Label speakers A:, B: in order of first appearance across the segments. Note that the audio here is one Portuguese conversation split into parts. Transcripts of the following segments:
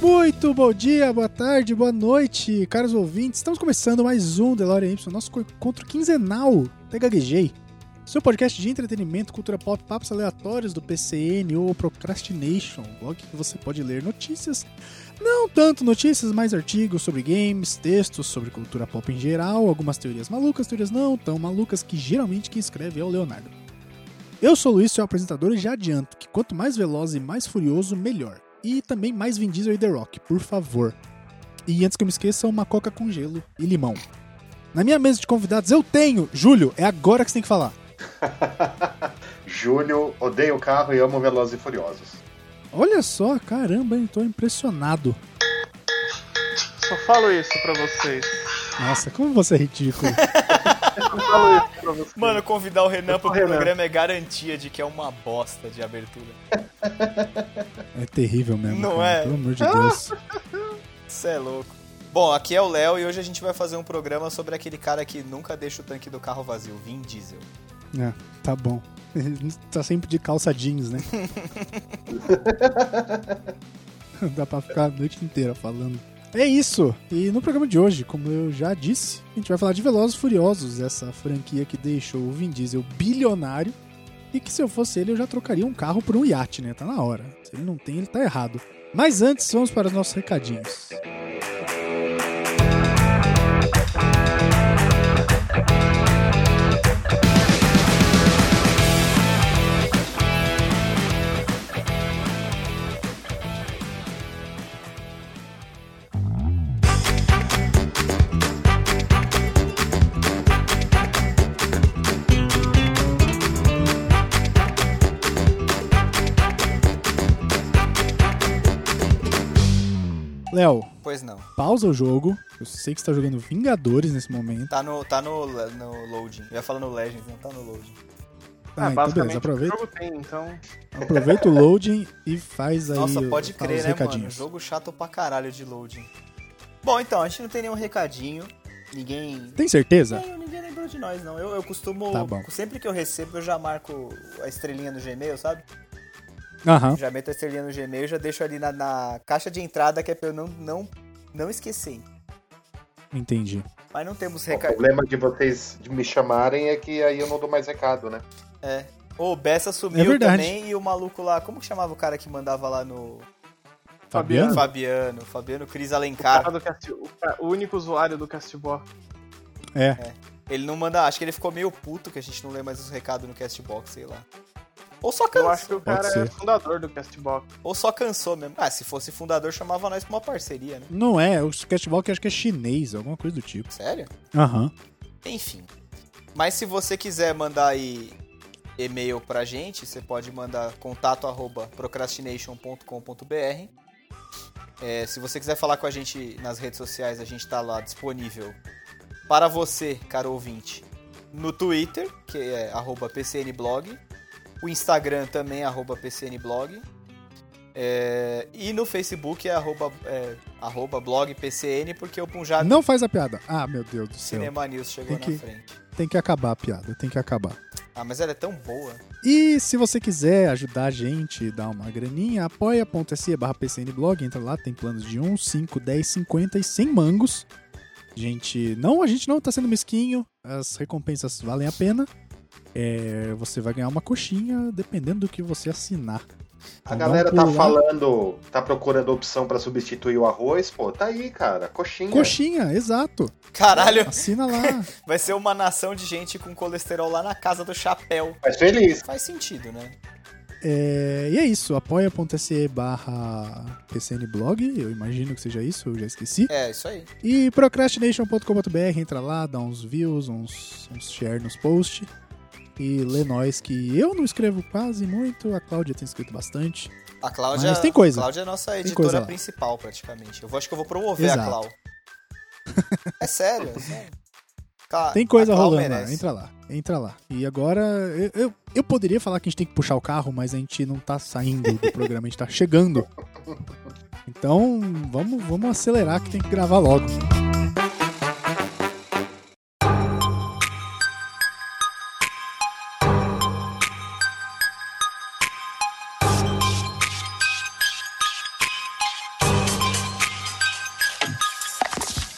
A: Muito bom dia, boa tarde, boa noite, caros ouvintes. Estamos começando mais um DeLorean Y, nosso encontro quinzenal. Até gaguejei. Seu podcast de entretenimento, cultura pop, papos aleatórios do PCN ou Procrastination, um blog que você pode ler notícias, não tanto notícias, mas artigos sobre games, textos sobre cultura pop em geral, algumas teorias malucas, teorias não tão malucas que geralmente quem escreve é o Leonardo. Eu sou o Luiz, seu apresentador, e já adianto que quanto mais veloz e mais furioso, melhor. E também mais Vin Diesel e The Rock, por favor. E antes que eu me esqueça, uma coca com gelo e limão. Na minha mesa de convidados eu tenho, Júlio, é agora que você tem que falar.
B: Júlio, odeio o carro e amo Velozes e Furiosos.
A: Olha só, caramba, eu tô impressionado.
C: Só falo isso pra vocês.
A: Nossa, como você é ridículo.
C: Só falo isso pra vocês.
D: Mano, convidar o Renan pro
C: Renan.
D: programa é garantia de que é uma bosta de abertura.
A: É terrível mesmo.
D: Não
A: cara,
D: é?
A: Pelo amor de Deus.
D: Cê é louco. Bom, aqui é o Léo e hoje a gente vai fazer um programa sobre aquele cara que nunca deixa o tanque do carro vazio, Vin Diesel.
A: É, tá bom. Tá sempre de calça jeans, né? Dá pra ficar a noite inteira falando. É isso! E no programa de hoje, como eu já disse, a gente vai falar de Velozes e Furiosos, essa franquia que deixou o Vin Diesel bilionário e que se eu fosse ele eu já trocaria um carro por um iate, né? Tá na hora. Se ele não tem, ele tá errado. Mas antes, vamos para os nossos recadinhos. Léo,
D: Pois não.
A: pausa o jogo. Eu sei que você tá jogando Vingadores nesse momento.
D: Tá no, tá no, no loading. Eu ia falar no Legends, não tá no loading.
A: Tá, então beleza, aproveita.
C: É, o jogo tem, então.
A: Aproveita o loading e faz aí.
D: Nossa, pode
A: fala
D: crer,
A: os
D: né, mano?
A: recadinhos.
D: Jogo chato pra caralho de loading. Bom, então, a gente não tem nenhum recadinho. Ninguém.
A: Tem certeza?
D: Ninguém, ninguém lembrou de nós, não. Eu, eu costumo.
A: Tá bom.
D: Sempre que eu recebo, eu já marco a estrelinha no Gmail, sabe?
A: Aham.
D: Já meto a estrelinha no Gmail, já deixo ali na, na caixa de entrada que é pra eu não, não, não esquecer.
A: Entendi.
D: Mas não temos
B: O
D: recadinho.
B: problema de vocês de me chamarem é que aí eu não dou mais recado, né?
D: Ô, Bessa
A: É
D: sumiu
A: verdade.
D: também e o maluco lá. Como que chamava o cara que mandava lá no.
A: Fabiano?
C: Fabiano.
D: Fabiano, Fabiano Cris
B: Ah.
C: Cara.
D: Alencar.
C: do Cast... o, ca- o único usuário do Castbox.
A: É.
D: Ele não manda. Acho que ele ficou meio puto que a gente não lê mais os recados no Castbox, sei lá. Ou só,
C: Eu
D: cansou,
C: acho que o cara é
A: ser.
C: fundador do Castbox.
D: ou só cansou mesmo. Ah, se fosse fundador, chamava nós pra uma parceria, né?
A: Não é, o Castbox acho que é chinês, alguma coisa do tipo.
D: Sério?
A: Aham.
D: Enfim. Mas se você quiser mandar aí e-mail pra gente, você pode mandar contato arroba procrastination.com.br. É, se você quiser falar com a gente nas redes sociais, a gente tá lá disponível para você, caro ouvinte, no Twitter, que é arroba pcnblog, o Instagram também, arroba pcnblog, é, e no Facebook é arroba, é, arroba blog pcn, porque o Punjab
A: Não faz a piada. Ah, meu Deus do céu.
D: Cinema News chegou
A: Tem
D: na
A: que-
D: frente.
A: Tem que acabar a piada, tem que acabar.
D: Ah, mas ela é tão boa.
A: E se você quiser ajudar a gente e dar uma graninha, apoia.se barra PCNblog, entra lá, tem planos de 1, 5, 10, 50 e 100 mangos. Gente, não, a gente não tá sendo mesquinho, as recompensas valem a pena. É, você vai ganhar uma coxinha dependendo do que você assinar.
B: A
A: Então dá um
B: galera tá
A: pulo lá.
B: falando, tá procurando opção pra substituir o arroz, pô, tá aí, cara, coxinha.
A: Coxinha, exato.
D: Caralho,
A: Assina lá.
D: vai ser uma nação de gente com colesterol lá na casa do chapéu.
B: Mas feliz.
D: Faz sentido, né?
A: É, e é isso, apoia.se barra PCNblog, eu imagino que seja isso, eu já esqueci.
D: É, isso aí.
A: E procrastination.com.br, entra lá, dá uns views, uns, uns share nos posts. E lê nós que eu não escrevo quase muito, a Cláudia tem escrito bastante.
D: A Cláudia,
A: Mas tem coisa.
D: A Cláudia é a nossa
A: coisa
D: editora
A: lá.
D: principal, praticamente. Eu vou- acho que eu vou promover a
A: Exato.
D: Cláudia. É sério, é sério. Tá,
A: Tem coisa
D: a Clau
A: rolando lá,
D: merece.
A: entra lá, entra lá. E agora, eu, eu, eu poderia falar que a gente tem que puxar o carro, mas a gente não tá saindo do programa, a gente tá chegando. Então, vamos, vamos acelerar que tem que gravar logo.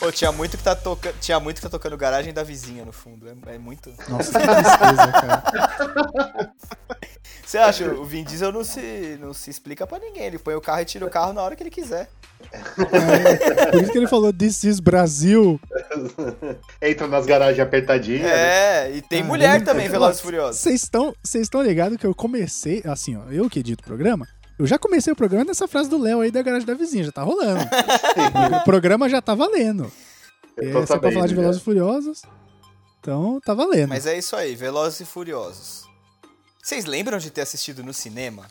D: Meu, tinha muito que tá, toca... tinha muito que tá tocando garagem da vizinha no fundo. É, é muito.
A: Nossa, que tristeza, cara.
D: Você acha? O Vin Diesel não se, não se explica pra ninguém. Ele põe o carro e tira o carro na hora que ele quiser.
A: É, por isso que ele falou This is Brasil.
B: Entra nas garagens apertadinhas. né?
D: É, e tem
A: Caramba,
D: mulher também,
A: cara.
D: Velozes e Furiosos.
A: Vocês estão vocês estão ligados que eu comecei, assim, ó, eu que edito o programa, eu já comecei o programa nessa frase do Léo aí da garagem da vizinha, já tá rolando. o programa já tá valendo.
B: Eu
A: É,
B: tô
A: só pra falar
B: sabendo. né?
A: de
B: já.
A: Velozes e Furiosos. Então, tá valendo.
D: Mas é isso aí, Velozes e Furiosos. Vocês lembram de ter assistido no cinema?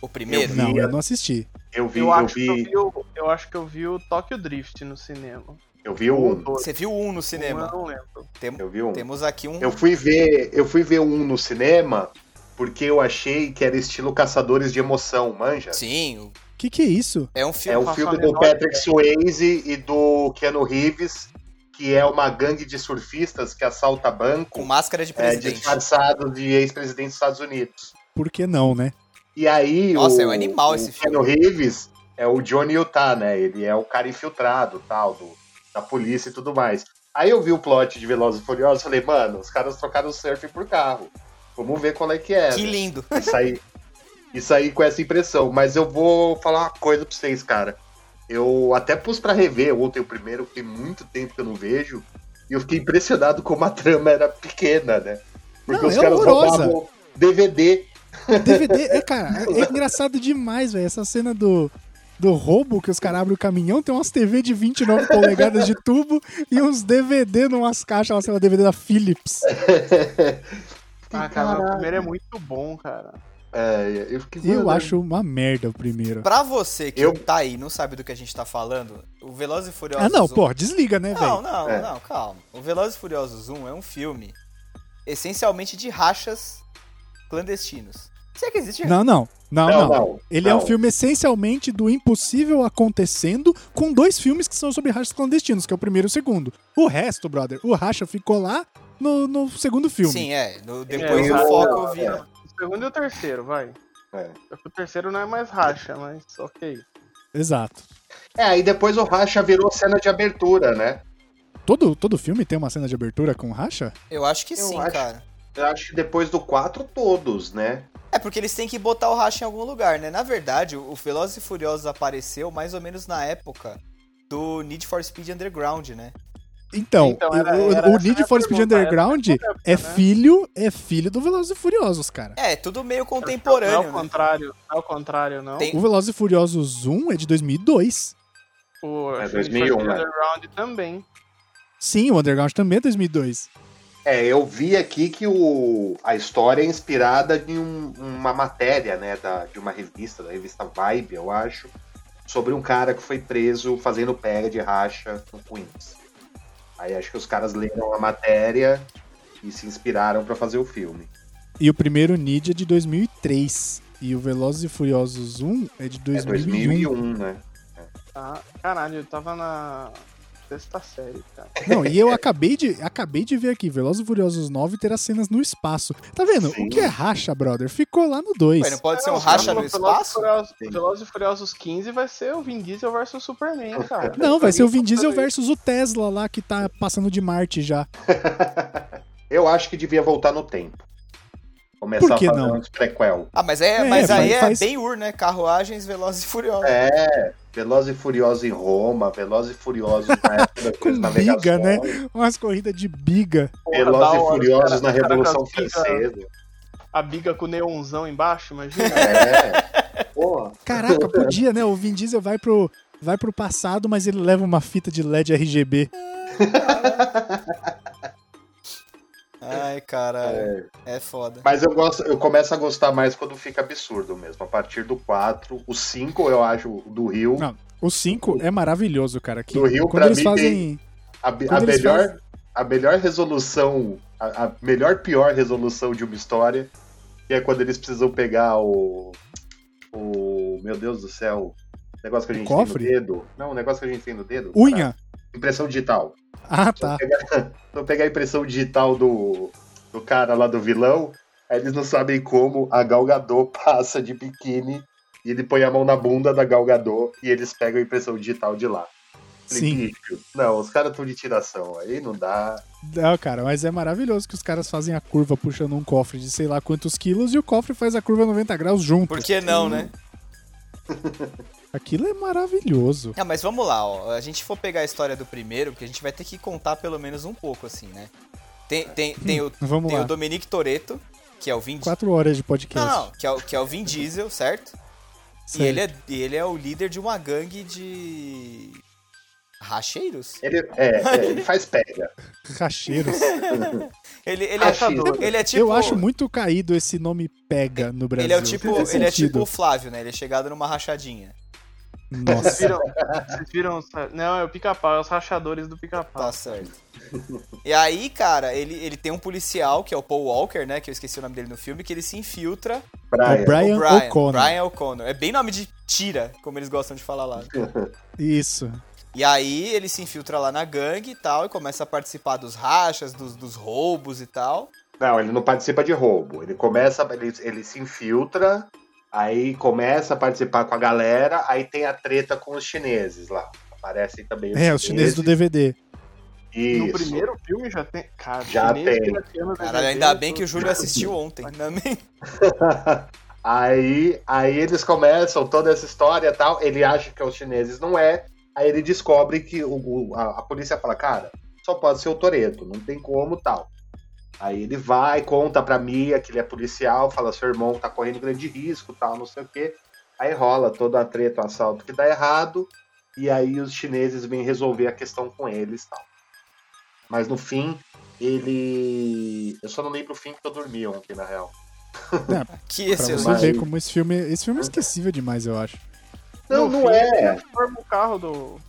D: O primeiro?
A: Não, eu não assisti.
B: Eu vi,
C: Eu,
B: eu,
C: acho que eu,
B: vi,
C: vi o, eu acho que eu vi o Tokyo Drift no cinema.
B: eu vi o
C: Ou
B: um.
C: dois,
D: Você viu um no
C: um, eu
D: cinema?
C: não lembro.
D: Tem-
B: Eu vi um.
D: temos aqui um.
B: Eu fui ver, eu fui ver um no cinema porque eu achei que era estilo Caçadores de Emoção, manja.
D: Sim, o-
A: Que que é isso?
D: é um
B: É
D: filme.
B: um
C: faço
B: filme
C: a
B: do
C: menor
B: Patrick Swayze e do Keanu Reeves, que é uma gangue de surfistas que assalta
D: Com
B: banco
D: máscara de
B: é,
D: presidente.
B: disfarçado de ex-presidente dos Estados Unidos.
A: Por que não, né?
B: E aí
D: Nossa,
B: o,
D: é um animal esse
B: o
D: filme.
B: Keanu Reeves é o Johnny Utah, né? Ele é o cara infiltrado, tal, do- da polícia e tudo mais. Aí eu vi o plot de Velozes e Furiosos e falei, mano, os caras trocaram o surf por carro. Vamos ver qual é que é.
D: que
B: né?
D: lindo.
B: e sair, e sair com essa impressão. Mas eu vou falar uma coisa pra vocês, cara. Eu até pus pra rever ontem o primeiro, que tem muito tempo que eu não vejo. E eu fiquei impressionado como a trama era pequena, né? Porque
A: Não,
B: os
A: é
B: caras
A: horrorosa.
B: roubavam DVD.
A: DVD, é, cara, é engraçado demais, velho. Essa cena do, do roubo que os caras abrem o caminhão, tem umas TV de 29 polegadas de tubo e uns DVD numas caixas, lá, sei lá, DVD da Philips.
C: Ah, cara, mas o primeiro é muito bom, cara.
B: É, eu fiquei
A: Eu
B: mano,
A: acho uma merda o primeiro.
D: Pra você que
B: Eu-
D: tá aí e não sabe do que a gente tá falando, o Velozes e Furiosos
A: Ah, não,
D: 1
A: pô, desliga, né,
D: Não,
A: velho?
D: não,
B: É.
D: não, calma. O Velozes e Furiosos 1 é um filme essencialmente de rachas clandestinos. Se é que existe
A: Não, não. Não, não. Ele é um
B: não.
A: filme essencialmente do impossível acontecendo, com dois filmes que são sobre rachas clandestinos, que é o primeiro e o segundo. O resto, brother, o racha ficou lá no, no segundo filme.
D: Sim, é. No- depois
C: eu-
D: o foco
B: é.
D: vira.
C: O segundo e o terceiro, vai.
B: É.
C: Só que o terceiro não é mais racha, mas ok.
A: Exato.
B: É, aí depois o Racha virou cena de abertura, né?
A: Todo, todo filme tem uma cena de abertura com racha?
D: Eu acho que
B: Eu
D: sim,
B: acho.
D: cara.
B: Eu acho que depois do 4 todos, né?
D: É porque eles têm que botar o racha em algum lugar, né? Na verdade, o Velozes e Furiosos apareceu mais ou menos na época do Need for Speed Underground, né?
A: Então,
C: Então, era-
A: o,
C: era
A: o
C: essa
A: Need
C: minha
A: for Speed
C: pergunta, era
A: Underground
C: essa minha
A: é
C: pergunta, né?
A: filho, é filho do Velozes e Furiosos, cara.
D: É, tudo meio
C: Não é
D: contemporâneo,
C: o
D: né?
C: contrário, não é o contrário, não.
D: Tem-
A: O Velozes e Furiosos 1 é de 2002.
C: O
B: É
C: Need for
B: 2001,
C: Speed
B: né?
C: Underground também.
A: Sim, o Underground também é 2002.
B: É, eu vi aqui que o, a história é inspirada em um- uma matéria, né, da, de uma revista, da revista Vibe, eu acho, sobre um cara que foi preso fazendo pega de racha no Queens. Aí acho que os caras leram a matéria e se inspiraram pra fazer o filme.
A: E o primeiro Need é de 2003. E o Velozes e Furiosos 1 é de 2001.
B: É 2001, né?
C: Tá? Caralho, eu tava na sexta série, cara.
A: Não, e eu acabei de, acabei de ver aqui, Velozes e Furiosos 9 terá cenas no espaço. Tá vendo?
B: Sim.
A: O que é racha, brother? Ficou lá no 2.
D: Ué, não pode ser um
C: Não,
D: racha no
C: Velozes e Furiosos-
D: espaço?
C: Furiosos-
B: Sim.
C: Velozes e Furiosos 15 vai ser o Vin Diesel versus o Superman, cara. tá
A: Não, vai ser o Vin Diesel
C: versus
A: versus o Tesla lá que tá passando de Marte já.
B: Tá né? Eu acho que devia voltar no tempo. Começar
A: Por que
B: a fazer
A: não?
B: uns prequel.
D: Ah, mas, é,
A: É,
D: mas aí
A: faz-
D: é
A: faz-
D: bem ur, né? Carruagens, Velozes e Furiosos.
B: É, Veloz e Furioso em Roma, Veloz e Furioso na época das
A: Com biga, né? Umas corridas de biga.
B: Velozes e Furiosos na Revolução Francesa.
C: A biga com o neonzão embaixo, imagina.
B: É. Porra.
A: Caraca, podia, né? O Vin Diesel vai pro, vai pro passado, mas ele leva uma fita de LED RGB.
C: É.
D: Ai, caralho. É. foda.
B: Mas eu, gosto, eu começo a gostar mais quando fica absurdo mesmo. A partir do 4, o 5 eu acho do Rio.
A: Não, O 5 é maravilhoso, cara. Que
B: Do Rio
A: quando
B: pra
A: eles
B: mim
A: fazem.
B: A, be-
A: quando
B: a
A: eles
B: melhor,
A: fazem-
B: a melhor resolução, a, a melhor pior resolução de uma história, que é quando eles precisam pegar o. O. Meu Deus do céu. o Negócio que a
A: O
B: gente
A: cofre?
B: tem no dedo. Não, o negócio que a gente tem no dedo. cara.
A: Unha!
B: Impressão digital.
A: Ah, tá.
B: Então pegar a impressão digital do, do cara lá do vilão, aí eles não sabem como a Galgador passa de biquíni e ele põe a mão na bunda da Galgador e eles pegam a impressão digital de lá.
A: Sim.
B: Lipídio. Não, os caras estão de tiração. Aí não dá.
A: Não, cara, mas é maravilhoso que os caras fazem a curva puxando um cofre de sei lá quantos quilos e o cofre faz a curva 90 graus junto.
D: Por que não, né?
A: Aquilo é maravilhoso.
D: Ah, mas vamos lá, ó. A gente for pegar a história do primeiro, porque a gente vai ter que contar pelo menos um pouco, assim, né? Tem, tem, tem, o,
A: Vamos
D: tem o
A: lá.
D: Dominique Toreto, que é o Vin Diesel.
A: Quatro horas de podcast.
D: Não, não, que é, o- que é o Vin Diesel, certo?
A: Sério.
D: E ele, é, e ele é o líder de uma gangue de. Racheiros?
B: Ele, é, é, ele faz pega.
D: é
A: Racheiros.
D: Ele, ele, é,
B: Racheiros.
D: ele é tipo.
A: Eu acho muito caído esse nome pega no Brasil.
D: Ele é o
A: Não
D: tipo,
A: faz
D: ele é
A: sentido.
D: tipo o Flávio, né? Ele é chegado numa rachadinha.
C: Vocês
A: Nossa.
C: viram? Vocês viram? os- Não, é o pica-pau, é os rachadores do pica-pau.
D: Tá certo. E aí, cara, ele, ele tem um policial, que é o Paul Walker, né? Que eu esqueci o nome dele no filme, que ele se infiltra.
A: É o
B: Brian.
A: Brian
D: o Brian,
A: O'Connor.
D: Brian O'Connor. É bem nome de tira, como eles gostam de falar lá.
A: Isso.
D: E aí ele se infiltra lá na gangue e tal, e começa a participar dos rachas, dos, dos roubos e tal.
B: Não, ele não participa de roubo. Ele começa, ele, ele se infiltra, aí começa a participar com a galera, aí tem a treta com os chineses lá. Aparecem também
A: É, os chineses do né, DVD.
B: Isso.
C: No primeiro filme já tem. Cara,
B: Já
C: chinês
B: tem.
C: pirateando
A: é,
D: Caralho,
C: DVD,
D: ainda bem
C: tudo.
D: que o Júlio assistiu ontem. Ainda bem.
B: aí, aí eles começam toda essa história e tal. Ele acha que é os chineses, não é. Aí ele descobre que o, o- a, a polícia fala, cara, só pode ser o Toreto, não tem como tal. Aí ele vai, conta pra Mia que ele é policial, fala, seu irmão tá correndo grande risco, tal, não sei o quê. Aí rola toda a treta, o assalto que dá errado, e aí os chineses vêm resolver a questão com eles tal. Mas no fim, ele... Eu só não lembro o fim que eu dormi ontem, na real.
D: Que
A: Pra
D: é excelente.
A: você
B: Mas-
A: ver como esse filme. Esse filme é esquecível demais, eu acho.
B: Não,
C: No
B: não
C: fim,
B: é.
C: ele Transforma o carro do.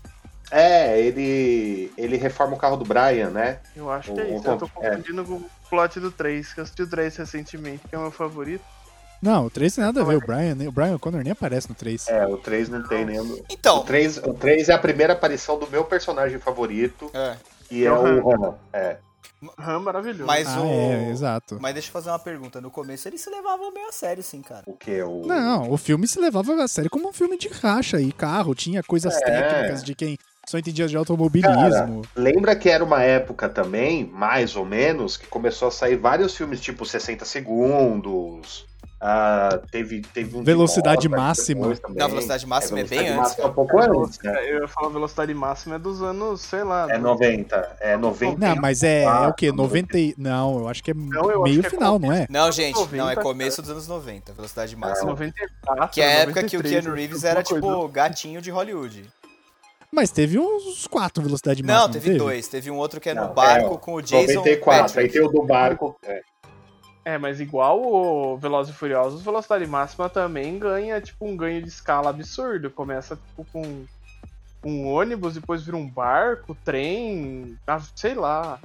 B: É, ele, ele reforma o carro do Brian, né?
C: Eu acho que é
B: O-
C: isso. Eu tô
B: é.
C: confundindo com o plot do 3, que eu assisti o 3 recentemente, que é o meu favorito.
A: Não, o 3 tem nada a ver. O Brian, nem- o Brian O'Connor nem aparece no 3.
B: É, o 3 não tem nem. O
D: Então.
B: 3, o 3 é a primeira aparição do meu personagem favorito,
D: é,
B: que é o Han. É.
C: Aham, maravilhoso.
D: mas
A: Ah,
D: o.
A: é, exato.
D: Mas deixa eu fazer uma pergunta. No começo eles se levavam meio a sério, sim, cara.
B: O que? O...
A: Não, o filme se levava a sério como um filme de racha e carro. Tinha coisas
B: É.
A: técnicas de quem só entendia de automobilismo.
B: Lembra que era uma época também, mais ou menos, que começou a sair vários filmes tipo 60 segundos. ah, teve, teve um de
A: Velocidade
B: moto,
A: máxima.
B: depois também.
D: Na velocidade máxima é, bem
B: velocidade
D: antes.
B: máxima é um pouco antes, né?
C: Eu ia falar velocidade máxima é dos anos, sei lá.
B: É
C: do-
B: 90. É 90.
A: Não, mas é, é o quê?
B: Ah,
A: 90 e... Não, eu acho que é
C: eu acho
A: meio
C: que é
A: final, não é?
D: Não, gente, não, é
C: 90,
D: começo dos anos 90,
B: É,
D: velocidade máxima.
C: 94,
D: Que é a época que o Keanu
B: né?
C: 93,
D: Reeves era
C: alguma coisa.
D: tipo gatinho de Hollywood.
A: Mas teve uns quatro velocidade máxima.
D: Não, teve dois. Teve um outro que é no
B: Não, é,
D: barco
B: ó,
D: com o Jason
B: 94. Aí
D: Patrick.
B: tem o do barco. é.
C: É, mas igual o Velozes e Furiosos, velocidade máxima também ganha, tipo, um ganho de escala absurdo. Começa, tipo, com um ônibus, depois vira um barco, trem, ah, sei lá.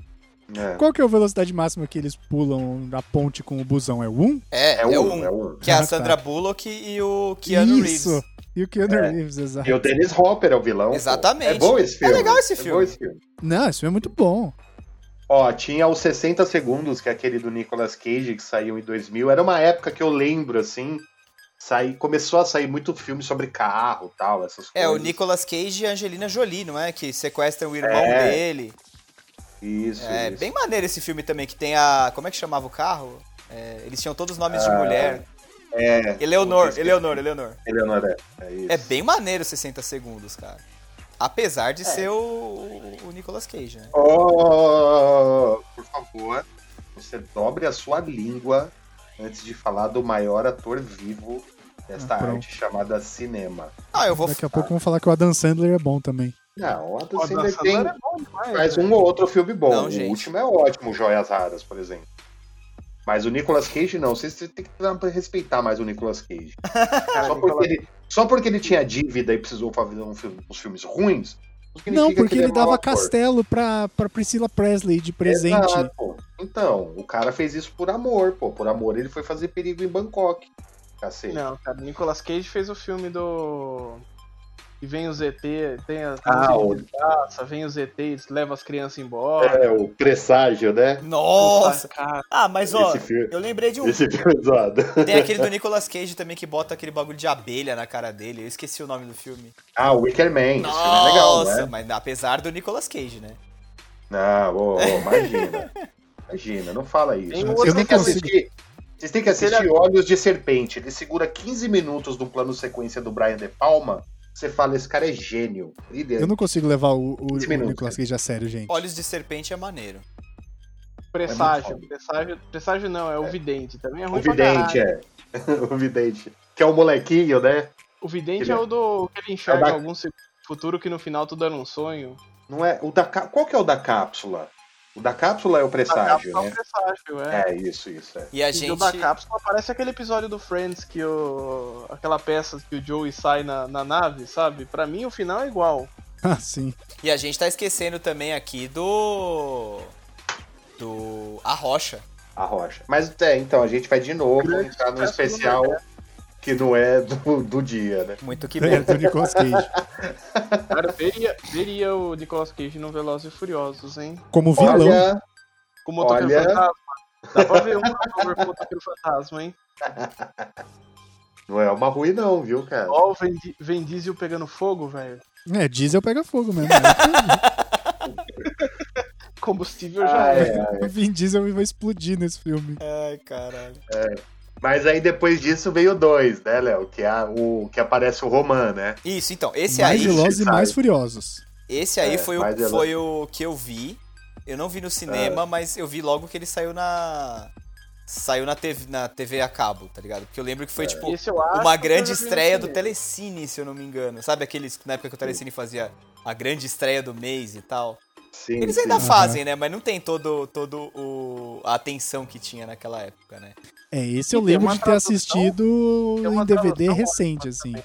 B: É.
A: Qual que é a velocidade máxima que eles pulam na ponte com o busão? É um?
D: É, é,
B: É um,
D: um.
B: é um.
D: Que é a
A: Ah, tá.
D: Sandra Bullock e o Keanu
A: Isso!
D: Reeves.
A: E o Keanu
B: É.
A: Reeves, exato.
B: E o Dennis Hopper é o vilão. pô.
D: Exatamente.
B: É bom esse
D: É
B: filme.
D: legal esse filme.
B: bom esse filme.
A: Não, isso é muito bom.
B: Ó, tinha os 60 segundos, que é aquele do Nicolas Cage, que saiu em 2000. Era uma época que eu lembro, assim, saí, começou a sair muito filme sobre carro tal, essas
D: É,
B: coisas.
D: o Nicolas Cage e a Angelina Jolie, não é? Que sequestram o irmão
B: É.
D: dele.
B: Isso,
D: É,
B: isso.
D: bem maneiro esse filme também, que tem a... Como é que chamava o carro? É, eles tinham todos os nomes de mulher.
B: É, Ah,
D: Eleonor,
B: esqueci.
D: Eleonor, Eleonor.
B: Eleanor, é, é isso.
D: É bem maneiro os 60 segundos, cara. Apesar de ser o, o Nicolas Cage, né?
B: Oh, por favor, você dobre a sua língua antes de falar do maior ator vivo desta
A: Ah, pronto.
B: arte chamada cinema.
D: Ah, eu vou...
A: Daqui a pouco vão falar que o Adam Sandler é bom também.
B: Não, o Adam
C: Ó,
B: Sandler
C: Adam
B: tem...
C: Sandler é bom demais,
B: Faz
C: né?
B: um ou outro filme bom.
D: Não,
B: o
D: gente.
B: último é ótimo, Joias Raras, por exemplo. Mas o Nicolas Cage, não. Vocês têm que dar pra respeitar mais o Nicolas Cage.
D: Ah,
C: Cara,
B: Só
C: Nicolas-
B: porque, ele, só porque ele tinha dívida e precisou fazer um filme- uns filmes ruins.
A: Não, porque
B: é um
A: ele, dava
B: castelo
A: castelo pra, pra Priscila Presley de presente.
B: Então, o cara fez isso por amor, pô. Por amor, ele foi fazer perigo em Bangkok. Cacete.
C: Não, cara, Nicolas Cage fez o filme do E vem o ZT, tem a
B: Ah, o,
C: caça, vem o ZT, eles levam as crianças embora.
B: é, o presságio, né?
D: Nossa!
C: Cara,
D: Ah, mas ó,
B: Esse filme-
D: eu lembrei de um.
B: Esse filme é zoado.
D: Tem aquele do Nicolas Cage também que bota aquele bagulho de abelha na cara dele. Eu esqueci o nome do filme.
B: Ah, o Wicker Man. Esse filme é legal,
D: Nossa,
B: né?
D: mas apesar do Nicolas Cage, né?
B: Não, ô, ô, imagina. imagina, não fala isso.
C: Tem
B: Vocês
C: outro
B: têm
A: que
B: que
A: eu consigo.
B: assistir. Vocês têm que assistir Olhos de Serpente. Ele segura 15 minutos do plano sequência do Brian De Palma. Você fala, esse cara é gênio. Ele é
A: Eu não consigo levar o, o, o
B: Esse minuto.
A: Nicolas Cage a sério, gente.
D: Olhos de Serpente é maneiro.
B: É
C: presságio,
B: muito
C: presságio. Presságio não, é o vidente. Também é ruim
B: o
C: pra
B: vidente,
C: caralho.
B: é. o vidente. Que é o molequinho, né?
C: O vidente
B: Ele
C: é
B: é-
C: o do que ele enxerga
B: É da-
C: algum se- futuro que no final tudo era um sonho.
B: Não é? O da, cá- qual que é o da cápsula? O da cápsula é o presságio,
C: cápsula é
B: né?
C: o presságio, é.
B: É, isso, isso. É.
D: E a
C: E
D: gente.
C: o da cápsula parece aquele episódio do Friends que o. aquela peça que o Joey sai na, na nave, sabe? Pra mim o final é igual.
A: Ah, sim.
D: E a gente tá esquecendo também aqui do. Do. A Rocha.
B: A rocha. Mas é, então, a gente vai de novo
C: Grande
B: entrar num
C: sucesso do
B: especial que não é do, do dia, né?
D: Muito que
A: É
D: bom.
A: do Nicolas Cage.
C: Cara, veria, veria o Nicolas Cage no Velozes e Furiosos, hein?
A: Como vilão.
B: Olha,
C: Com o motoqueiro
B: Olha.
C: fantasma. Dá pra ver um crossover com o motoqueiro fantasma, hein?
B: não é uma ruim não, viu, cara?
C: Ó, o Vin, Di- Vin Diesel pegando fogo, velho.
A: É, diesel pega fogo mesmo. né?
C: Combustível já
B: Ah,
C: é.
B: é.
A: O Vin Diesel vai explodir nesse filme.
D: Ai, caralho.
B: Mas aí depois disso veio dois, né, Léo? Que, é o, que aparece o Roman, né?
D: Isso, então, esse
A: mais
D: aí.
A: velozes e
B: sai.
A: mais furiosos.
D: Esse aí
B: É,
D: foi, o,
B: mais veloz.
D: foi o que eu vi. Eu não vi no cinema, mas eu vi logo que ele saiu na. Saiu na TV, na TV a cabo, tá ligado? Porque eu lembro que foi, tipo,
C: Esse eu acho. que
D: uma
C: eu
D: grande
C: já vi tá no
D: estreia do
C: cinema.
D: Telecine, se eu não me engano. Sabe aqueles. Na época que o Telecine fazia a grande estreia do mês e tal.
B: Sim,
D: Eles
B: sim.
D: ainda
A: Aham.
D: fazem, né? Mas não tem todo, todo o a atenção que tinha naquela época, né?
A: É, esse eu
C: E tem
A: lembro
C: uma
A: de ter
C: tradução-
A: assistido
C: tem uma
A: em DVD
C: tradução
A: recente,
C: ótima
A: assim.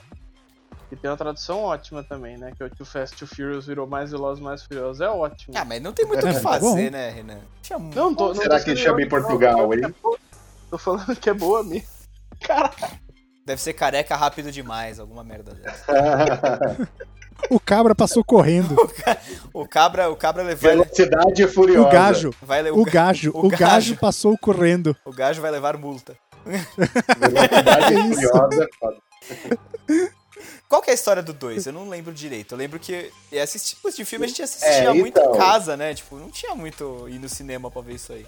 C: E tem uma tradução ótima também, né? Que o Too Fast Too Furious virou mais Velozes mais Furiosos. É ótimo.
D: Ah, mas não tem muito o
A: É,
D: que
A: mas é bom.
D: fazer, né, Renan? Tinha muito.
C: Não, tô, não
B: Será
C: tô
B: que
C: sendo
B: chama em
C: irônico, não.
B: Portugal, hein?
C: Tô falando que é boa mesmo.
D: Deve ser careca rápido demais, alguma merda dessa.
A: O cabra passou correndo.
D: O cabra, o cabra levar,
B: Velocidade furiosa.
A: O gajo,
C: né?
D: vai le-
A: o gajo,
D: o
A: o gajo
D: gajo.
A: passou correndo.
D: o gajo vai levar multa.
B: Velocidade
A: Isso.
B: furiosa. é
D: Qual que é a história do 2? Eu não lembro direito. Eu lembro que é esses tipos de filme a gente assistia
B: É,
D: muito
B: então.
D: em casa, né? Tipo, não tinha muito ir no cinema pra ver isso aí.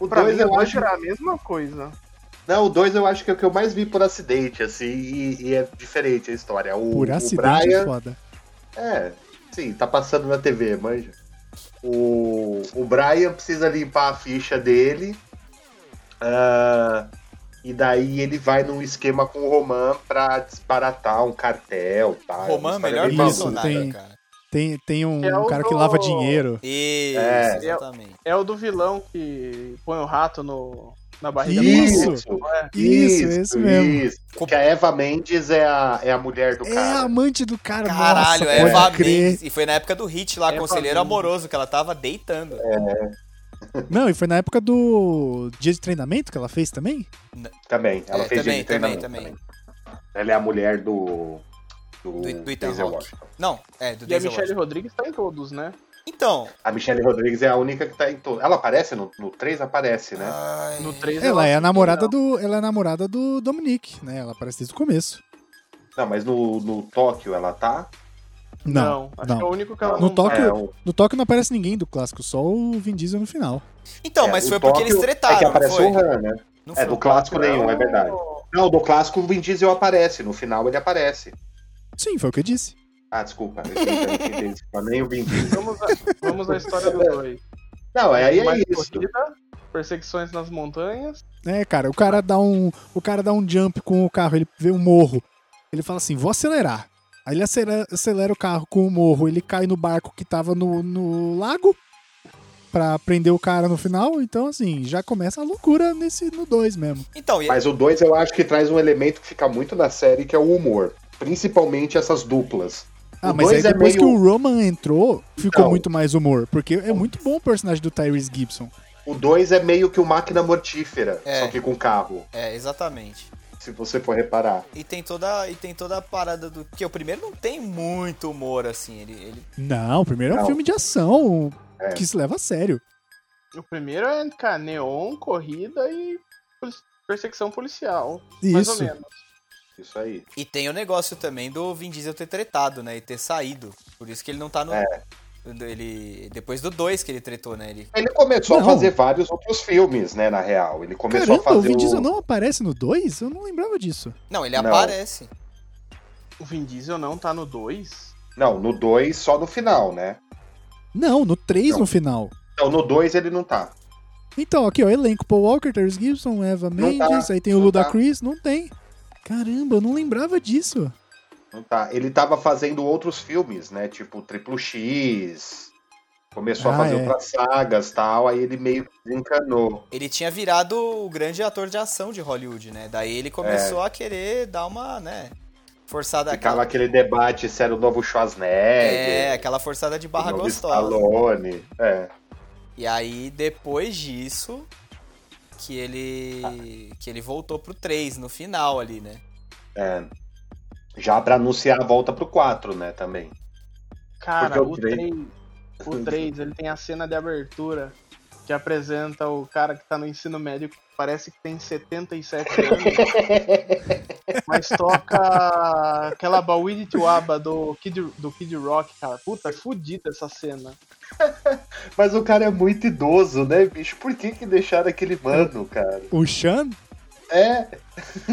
B: O
C: Pra
B: dois
C: mim,
B: eu
C: eu
B: acho.
C: acho é a mesma coisa.
B: Não, o dois eu acho que é o que eu mais vi por acidente, assim, e, e é diferente a história. O,
A: Por
B: o
A: acidente é
B: Brian-
A: foda.
B: É, sim, tá passando na TV, manja. O, o Brian precisa limpar a ficha dele. ah, e daí ele vai num esquema com o Roman pra disparatar um cartel. Tá?
D: Roman,
B: Uma história
D: é melhor
B: bem
A: Isso,
B: maluca.
D: personagem,
A: tem-
D: cara.
A: Tem, tem um
C: Que é o
A: cara que
C: do-
A: lava dinheiro.
D: Isso,
B: É.
D: exatamente.
C: É o do vilão que põe o rato no, na barriga
A: Isso.
C: do maluco, não é?
A: Isso, esse mesmo.
B: isso. Que a Eva Mendes é a, é a mulher do
A: É a
B: cara.
A: amante do cara,
D: Caralho,
A: nossa,
D: é Eva
A: pode crer.
D: Mendes. E foi na época do hit lá,
C: Eva
D: Conselheiro
C: Mendes.
D: Amoroso, que ela tava deitando.
B: É,
A: Não, e foi na época do dia de treinamento que ela fez também?
B: Também. Ela
D: É,
B: fez
D: também,
B: de treinamento
D: também, também.
B: Ela é a mulher do. Do,
D: Do- do Ethan
B: Denzel
D: Hawke.
B: Washington.
D: Não, é, do
C: E a
D: Denzel
C: Michelle
D: Washington.
C: Rodrigues tá em todos, né?
D: Então,
B: A Michelle Rodrigues é a única que tá em todo. Ela aparece no, no 3? Aparece, né?
C: No 3
A: Ela é a namorada do, ela é a namorada do Dominique, né? Ela aparece desde o começo.
B: Não, mas no, no Tóquio ela tá.
A: Não,
C: Não,
A: não.
C: acho que é o único que ela
A: No
C: não
A: Tóquio-
B: É, o-
A: No Tóquio não aparece ninguém do clássico, só o Vin Diesel no final.
D: então,
B: é,
D: mas
B: o
D: foi porque
B: Tóquio
D: eles
B: É que
D: tretaram, não
B: aparece
D: foi?
B: o Han, né?
D: Não
B: É,
D: foi.
B: do clássico
C: Não,
B: nenhum, é verdade. Não, do clássico o Vin Diesel aparece. No final ele aparece.
A: Sim, foi o que eu disse.
B: Ah, desculpa. eu entendi, desculpa, Nem o Vin Diesel.
C: Vamos, a- vamos à história do 2.
B: Não, aí é isso.
C: Corrida, perseguições nas montanhas.
A: É, cara, o cara dá um, o cara dá um jump com o carro, ele vê um morro. Ele fala assim: "Vou acelerar". Aí ele acelera, acelera o carro com o morro, ele cai no barco que tava no, no lago pra prender o cara no final. Então, assim, já começa a loucura nesse no 2 mesmo.
D: Então, e-
B: Mas o 2 eu acho que traz um elemento que fica muito na série, que é o humor. Principalmente essas duplas.
A: Ah,
B: O
A: mas aí
B: dois é
A: depois
B: meio-
A: que o Roman entrou, ficou
B: Então.
A: muito mais humor, porque é muito bom o personagem do Tyrese Gibson.
B: O 2 é meio que o máquina mortífera,
D: É.
B: só que com carro.
D: é, exatamente.
B: se você for reparar.
D: E tem toda, e tem toda a parada do. Porque o primeiro não tem muito humor, assim. Ele, ele-
A: Não, o primeiro é um
B: Não.
A: filme de ação
B: É.
A: que se leva a sério.
C: O primeiro é cara, neon, corrida e poli- perseguição policial. Mais ou
A: Isso.
C: menos.
B: Isso aí.
D: E tem o negócio também do Vin Diesel ter tretado, né? E ter saído. Por isso que ele não tá no.
B: É.
D: Ele. Depois do 2 que ele tretou, né? Ele.
B: Ele começou
A: Não.
B: a fazer vários outros filmes, né, na real. Ele começou a
A: Caramba, o
B: fazer
A: Vin Diesel
B: o-
A: não aparece no 2? Eu não lembrava disso.
D: Não, ele
B: Não.
D: aparece.
C: O Vin Diesel não tá no 2?
B: Não, no 2 só no final, né?
A: Não, no 3
B: Não.
A: no final.
B: Então no 2 ele não tá.
A: Então, aqui, ó, elenco. Paul Walker, Terence Gibson, Eva
B: Não tá,
A: Mendes, aí tem o
B: não tá.
A: Ludacris. Não tem. Caramba, eu não lembrava disso.
B: Não tá. Ele tava fazendo outros filmes, né? Tipo Triplo X. Começou
A: Ah,
B: a fazer
A: é.
B: outras sagas tal. Aí ele meio que desencanou.
D: Ele tinha virado o grande ator de ação de Hollywood, né? Daí ele começou a querer dar uma, né? Forçada
B: É. Ficava aquele debate se era o novo Schwarzenegger.
D: É, aquela forçada de
B: o
D: barra
B: novo
D: gostosa.
B: Stallone. É.
D: E aí, depois disso, que ele. que ele voltou pro 3 no final ali, né?
B: é. Já pra anunciar a volta pro 4, né? Também.
C: Cara,
B: Porque é o
C: o
B: três-
C: 3. O 3, ele tem a cena de abertura que apresenta o cara que tá no ensino médio, que parece que tem 77 anos, mas toca aquela Baui de Tuaba do Kid, do Kid Rock, cara. Puta, é fudida essa cena.
B: Mas o cara é muito idoso, né, bicho? Por que que deixaram aquele mano, cara?
A: O Sean,
B: É,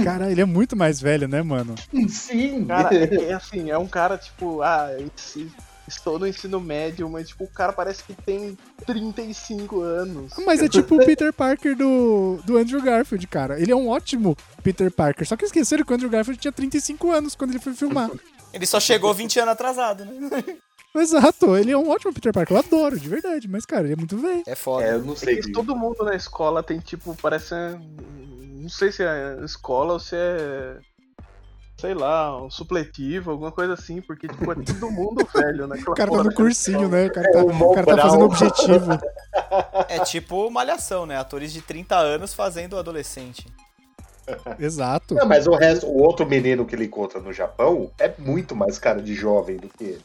A: cara, ele é muito mais velho, né, mano?
B: sim.
C: Cara, é, que, é assim, é um cara tipo, ah, eu se- estou no ensino médio, mas tipo, o cara parece que tem 35 anos.
A: Mas é tipo o Peter Parker do, do Andrew Garfield, cara. Ele é um ótimo Peter Parker. Só que esqueceram que o Andrew Garfield tinha 35 anos quando ele foi filmar.
D: Ele só chegou 20 anos atrasado, né?
A: Exato, ele é um ótimo Peter Parker. Eu adoro, de verdade. Mas, cara, ele é muito velho.
D: É foda.
B: É, eu não
C: É
B: sei.
C: que
B: bicho.
C: todo mundo na escola tem tipo, parece. Não sei se é escola ou se é. Sei lá, um supletivo, alguma coisa assim, porque tipo, é todo mundo velho, né?
A: O cara tá no cursinho, né? O cara
B: É,
A: tá,
B: o
A: o cara tá
B: Mobral.
A: fazendo objetivo.
D: É tipo malhação, né? Atores de 30 anos fazendo adolescente.
A: Exato.
B: Não, mas o resto, o outro menino que ele encontra no Japão é muito mais cara de jovem do que ele.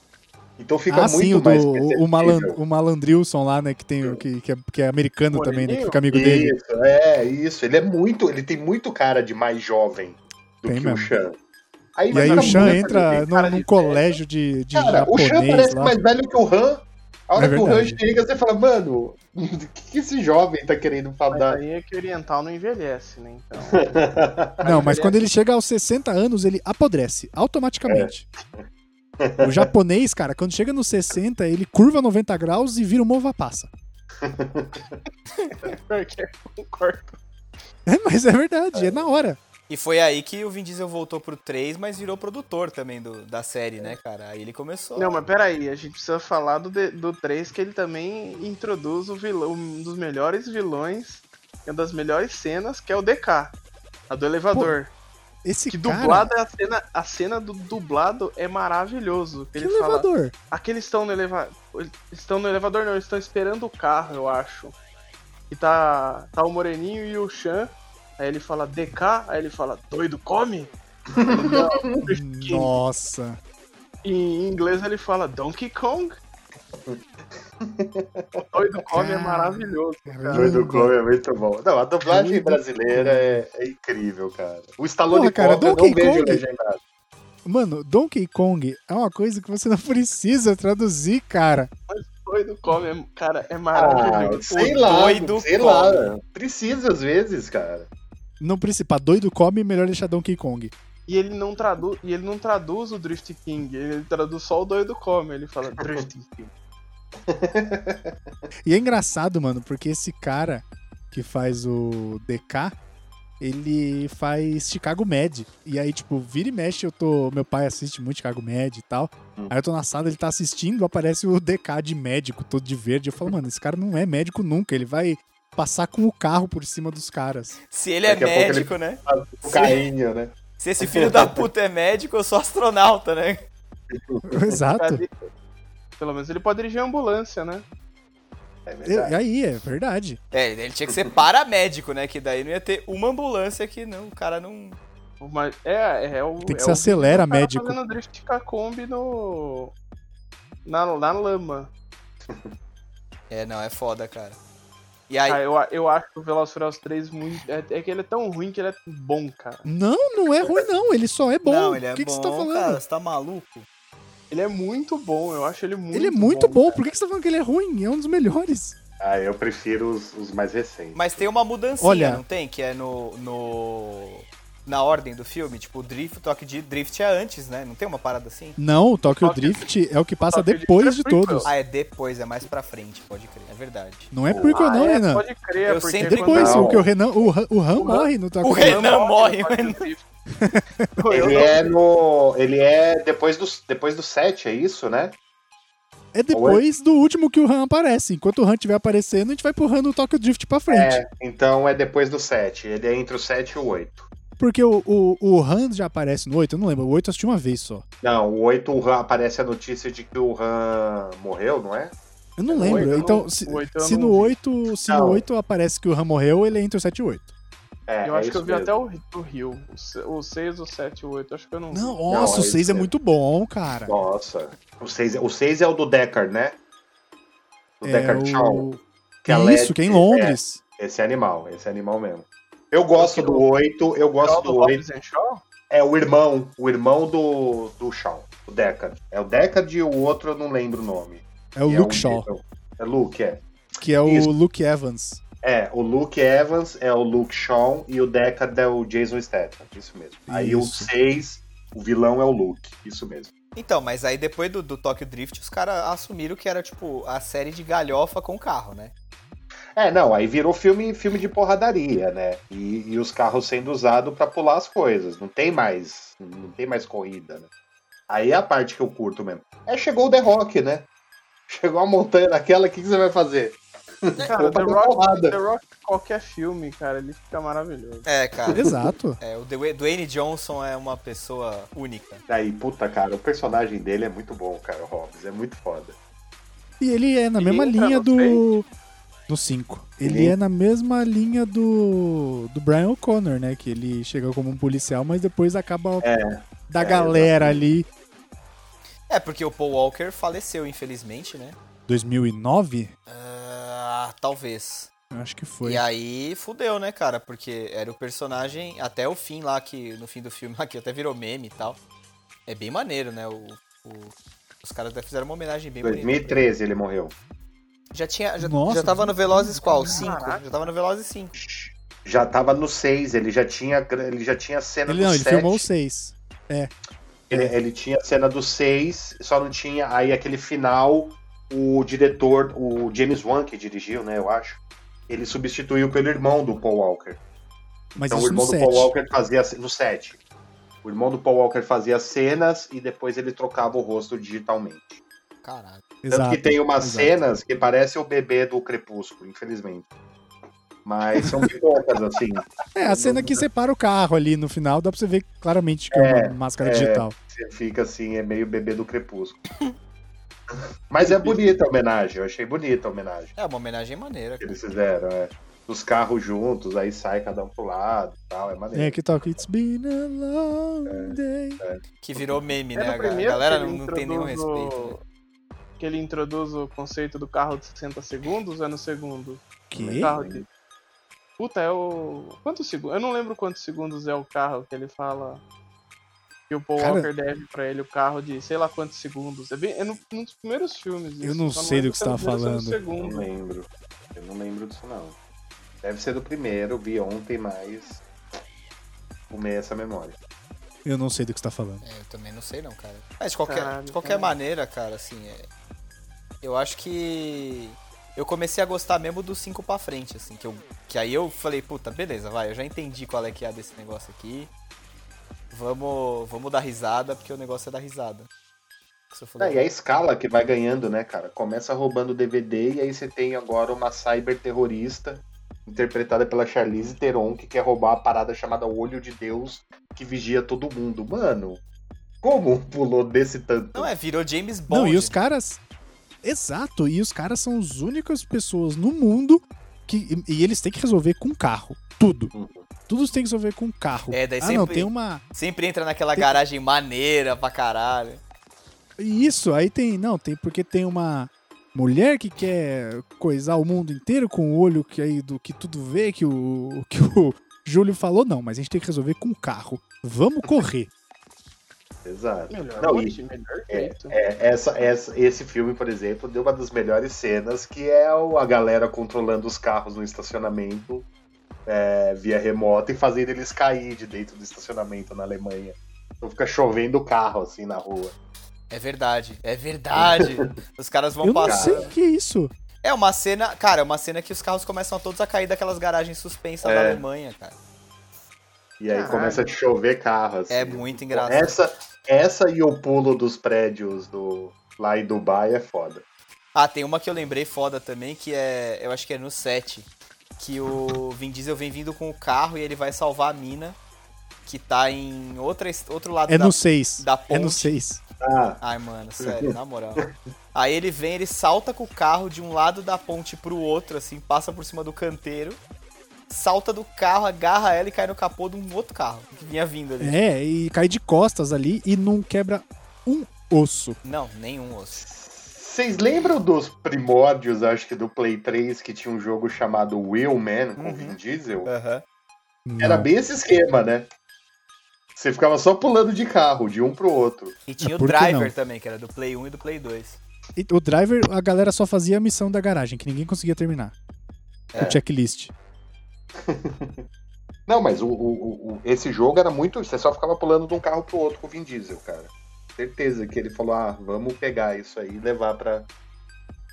B: Então fica
A: ah,
B: muito
A: sim, o, do,
B: mais
A: o,
B: perceptível.
A: o, Malan, o Malandrilson lá, né? Que, tem, o- que, que, é, que é americano também, né? Que fica amigo dele.
B: Isso, é, isso. Ele é muito, ele tem muito cara de mais jovem do
A: Tem
B: que o
A: mesmo.
B: Shan. Aí
A: E aí
B: fica
A: o Chan
B: muito
A: entra
B: evidente.
A: num,
C: cara
A: num
C: de
A: colégio de, de
B: Cara, o Shan
A: japonês
B: parece
A: lá.
B: mais velho que o Han. A hora
A: É
B: que o Han
A: verdade.
B: chega, você fala, mano, o que, que esse jovem tá querendo
C: Mas
A: né?
B: falar?
C: aí é que oriental não envelhece, né? Então.
A: Não, mas quando ele chega aos 60 anos, ele apodrece automaticamente. O japonês, cara, quando chega nos 60, ele curva 90 graus e vira uma uva passa.
C: Porque eu concordo.
A: É, mas é verdade, é, na hora.
D: E foi aí que o Vin Diesel voltou pro 3, mas virou produtor também do, da série, né, cara? Aí ele começou.
C: Não, mas peraí, a gente precisa falar do, de- do 3, que ele também introduz o vilão, um dos melhores vilões, é uma das melhores cenas, que é o DK. A do elevador.
A: Esse
C: Que
A: cara,
C: dublado é a cena. A cena do dublado é maravilhoso.
A: que
C: ele fala.
A: elevador.
C: Aqueles estão no elevador. Estão no elevador, não, eles estão esperando o carro, eu acho. E tá. Tá o Moreninho e o Chan. Aí ele fala DK, aí ele fala, doido come? Não, que-
A: Nossa.
C: em inglês ele fala Donkey Kong. O doido come é
A: Cara.
C: maravilhoso, cara.
B: Doido Clone é muito bom. Não, a dublagem
A: Doido
B: brasileira é, é incrível, cara. O Stallone
A: Porra, cara,
B: Cobra, eu
A: Donkey
B: não vejo
A: Kong.
B: legendado.
A: Mano, Donkey Kong é uma coisa que você não precisa traduzir, cara.
C: Doido come, é- cara, é
B: Ah,
C: maravilhoso.
B: sei lá,
D: doido
B: sei
D: Kong.
B: lá. Precisa às vezes, cara.
A: Não precisa. Pra doido come, melhor deixar Donkey Kong.
C: E ele não traduz, e ele não traduz o Drift King, ele traduz só o doido come, ele fala Drift King.
A: E é engraçado, mano, porque esse cara que faz o DK, ele faz Chicago Med. E aí, tipo, vira e mexe, eu tô. Meu pai assiste muito Chicago Med e tal.
B: Hum.
A: Aí eu tô na sala, ele tá assistindo, aparece o DK de médico, todo de verde. Eu falo, mano, esse cara não é médico nunca, ele vai passar com o carro por cima dos caras.
D: Se ele é
B: Daqui a pouco ele-
D: médico, né?
B: O carinho, né?
D: Se esse filho da puta é médico, eu sou astronauta, né?
A: Exato.
C: Pelo menos ele pode dirigir a ambulância, né?
B: É
A: E
B: verdade.
A: e aí, é verdade.
D: É, ele tinha que ser paramédico, né? Que daí não ia ter uma ambulância que não, o cara não,
C: Uma- é, é o.
A: Tem que
C: é
A: se
C: o
A: acelera,
C: cara
A: médico.
C: Fazendo drift com a Kombi no. Na, na lama.
D: É, não, é foda, cara. E aí,
C: Ah, eu, eu acho que o Velozes e Furiosos 3 muito. É, é que ele é tão ruim que ele é bom, cara.
A: Não, não é ruim, não. Ele só é bom.
D: não, ele é
A: o que,
D: bom,
A: que você tá falando?
D: cara, você tá maluco?
C: Ele é muito bom, eu acho ele muito
A: ele é muito bom.
C: cara.
A: Por que, que você tá falando que ele é ruim? É um dos melhores.
B: Ah, eu prefiro os, os mais recentes.
D: Mas tem uma mudancinha,
A: Olha-
D: não tem? Que é no, no... Na ordem do filme, tipo, o drift, o toque de drift é antes, né? Não tem uma parada assim?
A: Não, o Tokyo
C: Tokyo-
A: Drift é o que passa
C: Tokyo
A: depois
C: Drift
A: de
C: é prequel.
A: todos.
D: Ah, é depois, é mais pra frente, pode crer, é verdade.
A: Não é prequel, não,
C: Ah, é,
A: Renan.
C: Pode crer,
D: Eu
C: porque
D: sempre-
A: Depois,
B: Não.
A: o que o Renan. O, Han- o Han
C: Han-
A: morre no Tokyo
D: o
A: Drift.
D: Renan morre,
C: mano.
B: Ele é no. Ele é depois do, depois do 7, é isso, né?
A: É depois do último que o Han aparece. Enquanto o Han estiver aparecendo, a gente vai empurrando o Tokyo Drift pra frente.
B: É, então é depois do 7. Ele é entre o 7 e o 8.
A: Porque o, o, o Han já aparece no 8, eu não lembro. O 8 eu assisti uma vez só.
B: Não, o 8 o Han, aparece a notícia de que o Han morreu, não é?
A: Eu não
C: O
A: lembro.
C: oito eu
A: então,
C: não-
A: se,
C: o oito eu
A: se no
C: não vi.
A: 8, se no
B: Não.
A: 8 aparece que o Han morreu, ele é entre o 7 e o 8.
B: É,
C: Eu
B: é
C: acho que eu
B: isso
C: vi
B: mesmo.
C: até o, o Rio. O se- O 6, o 7, o 8. Acho que eu não. vi.
A: Não,
B: é
A: nossa, o
B: isso
A: 6 é
B: mesmo.
A: muito bom, cara.
B: Nossa. O 6, o 6 é o do Deckard, né? Do
A: É
B: Deckard Shaw.
A: o...
B: que a Leti-
A: Isso, que é em Londres.
B: Esse é animal, esse é animal mesmo. Eu gosto do 8, eu
C: Shaw
B: gosto
C: do
B: do 8.
C: Hobbs and Shaw?
B: É o irmão, o irmão do, do Shaw, o Deckard. É o Deckard e o outro eu não lembro o nome.
A: É, o
B: E
A: Luke
B: um
A: Shaw,
B: negro. É Luke, é.
A: que é o
B: Isso.
A: Luke Evans.
B: É, o Luke Evans é o Luke Shaw e o Deckard é o Jason Statham, isso mesmo. Aí o
A: Isso.
B: 6, o vilão é o Luke, isso mesmo.
D: Então, mas aí depois do, do Tokyo Drift, os caras assumiram que era, tipo, a série de galhofa com carro, né?
B: É, não, aí virou filme, filme de porradaria, né? E, e os carros sendo usados pra pular as coisas. Não tem mais. Não tem mais corrida, né? Aí é a parte que eu curto mesmo. É, chegou o The Rock, né? Chegou a montanha naquela, o que, que você vai fazer?
A: É,
C: Cara, The
B: pra dar
C: Rock,
B: porrada.
C: The Rock, qualquer filme, cara, ele fica maravilhoso.
D: É, cara.
A: Exato.
D: É, o Dway- Dwayne Johnson é uma pessoa única.
B: Aí, puta, cara, o personagem dele é muito bom, cara, o Hobbs. É muito foda.
A: E ele é na
C: E
A: mesma
C: entra
A: linha
C: no
A: do. No 5. Ele
B: Uhum.
A: é na mesma linha do. do Brian O'Connor, né? Que ele chega como um policial, mas depois acaba
B: É,
A: da
B: é,
A: galera ali.
D: É, porque o Paul Walker faleceu, infelizmente, né?
A: 2009?
D: Ah, talvez.
A: Eu acho que foi.
D: E aí fudeu, né, cara? Porque era o personagem até o fim lá, que no fim do filme lá, que até virou meme e tal. É bem maneiro, né? O, o- os caras até fizeram uma homenagem bem bonita.
B: 2013 ele morreu.
D: Já tinha. Já,
A: Nossa,
D: já tava no Velozes qual? 5?
C: Caraca.
D: Já tava no Velozes 5.
B: Já tava no 6, ele já tinha, ele já tinha cena
A: Ele
B: do
A: não, ele
B: sete.
A: filmou o 6.
B: Ele, ele tinha a cena do 6, só não tinha. Aí aquele final, o diretor, o James Wan, que dirigiu, né, eu acho. Ele substituiu pelo irmão do Paul Walker.
A: Mas
B: Então o
A: isso no
B: irmão do Paul
A: 7.
B: Walker fazia ce- no 7. O irmão do Paul Walker fazia as cenas e depois ele trocava o rosto digitalmente.
D: Caralho.
A: Exato.
B: Tanto que tem umas
A: exato.
B: cenas que parece o bebê do Crepúsculo, infelizmente. Mas são poucas, assim.
A: É, a cena que separa o carro ali no final, dá pra você ver claramente que é,
B: É,
A: uma máscara
B: é.
A: digital.
B: Você fica assim, é meio bebê do crepúsculo. Mas é bonita a homenagem, eu achei bonita a homenagem
D: É uma homenagem maneira,
B: que
D: cara.
B: eles fizeram, é. Os carros juntos, aí sai cada um pro lado e tal, é maneiro.
A: É, que toca It's been a long day.
D: Que virou meme,
C: É
D: né?
C: no
D: A
C: primeiro
D: galera
C: que
D: não,
C: ele
D: não tem nenhum
C: introduz
D: respeito.
C: o-
D: Né?
C: Que ele introduz o conceito do carro de 60 segundos, é no segundo.
A: Que?
C: Carro de... Puta, é o. Quantos segundos? Eu não lembro quantos segundos é o carro que ele fala. Que o Paul
A: Cara-
C: Walker deve pra ele o carro de sei lá quantos segundos. É, bem, é no- num dos primeiros filmes.
A: Eu
C: isso,
A: não
C: só
A: sei do
C: lembro
A: que
C: se
A: você
C: é no
A: tá
C: primeiro ou se é no
A: falando.
B: Eu
C: segundo.
B: não lembro. Eu não lembro disso, não. Deve ser do primeiro, vi ontem, mas. Fumei essa memória.
A: Eu não sei do que você tá falando.
D: É, eu também não sei não, cara. Mas de qualquer,
C: Caralho,
D: de qualquer
C: cara.
D: maneira, cara, assim, é- eu acho que eu comecei a gostar mesmo dos cinco pra frente, assim, que, eu, que aí eu falei, puta, beleza, vai, eu já entendi qual é que é desse negócio aqui. Vamos, vamos dar risada, porque o negócio é dar risada. Isso eu falei,
B: É, e a escala que vai ganhando, né, cara? Começa roubando DVD e aí você tem agora uma cyberterrorista interpretada pela Charlize Theron que quer roubar a parada chamada Olho de Deus que vigia todo mundo. Mano, como pulou desse tanto?
D: Não, é, virou James Bond.
A: Não, e os caras. Exato, e os caras são as únicas pessoas no mundo que. E e eles têm que resolver com carro. Tudo.
B: Uhum.
A: Tudo tem que resolver com carro.
D: É, daí
A: ah,
D: sempre-
A: não, tem uma.
D: Sempre entra naquela garagem maneira pra caralho.
A: E Isso, aí tem. Não, tem porque tem uma mulher que quer coisar o mundo inteiro com o olho que aí do que tudo vê, que o, que o Júlio falou, não, mas a gente tem que resolver com o carro. Vamos correr.
B: Exato.
C: É Melhor,
B: Não,
C: hoje,
B: e-
C: melhor
B: é,
C: jeito.
B: É, essa, essa- esse filme, por exemplo, deu uma das melhores cenas, que é o- a galera controlando os carros no estacionamento é, via remota e fazendo eles cair de dentro do estacionamento na Alemanha. Então fica chovendo carro assim na rua.
D: É verdade, é verdade. Os caras vão
A: Eu não
D: passar.
A: sei o que é isso.
D: É uma cena, cara, é uma cena que os carros começam a todos a cair daquelas garagens suspensas da
B: É.
D: Alemanha, cara.
B: E aí
C: Caralho.
B: começa a chover carro. assim.
D: É muito engraçado.
B: essa, essa e o pulo dos prédios do, lá em Dubai é foda.
D: Ah, tem uma que eu lembrei foda também, que é. Eu acho que é no 7. Que o Vin Diesel vem vindo com o carro e ele vai salvar a mina. Que tá em outra, est- outro lado
A: É
D: da.
A: no 6.
D: da
A: É no
D: ponte.
A: 6.
B: Ah,
D: Ai, mano, sério, na moral. Aí ele vem, ele salta com o carro de um lado da ponte pro outro, assim, passa por cima do canteiro, salta do carro, agarra ela e cai no capô de um outro carro que vinha vindo ali.
A: É, e cai de costas ali e não quebra um osso.
D: Não, nenhum osso.
B: Vocês lembram dos primórdios, acho que do Play 3, que tinha um jogo chamado Wheelman com
D: Uhum.
B: Vin Diesel?
D: Aham.
B: Era
A: Não.
B: bem esse esquema, né? Você ficava só pulando de carro, de um pro outro.
D: E tinha o
A: Por que
D: driver
A: não?
D: também, que era do Play 1 e do Play 2.
A: E o driver, a galera só fazia a missão da garagem, que ninguém conseguia terminar.
D: É.
A: O checklist.
B: Não, mas o, o- o- o- esse jogo era muito. Você só ficava pulando de um carro pro outro com o Vin Diesel, cara. Certeza que ele falou: ah, vamos pegar isso aí e levar pra,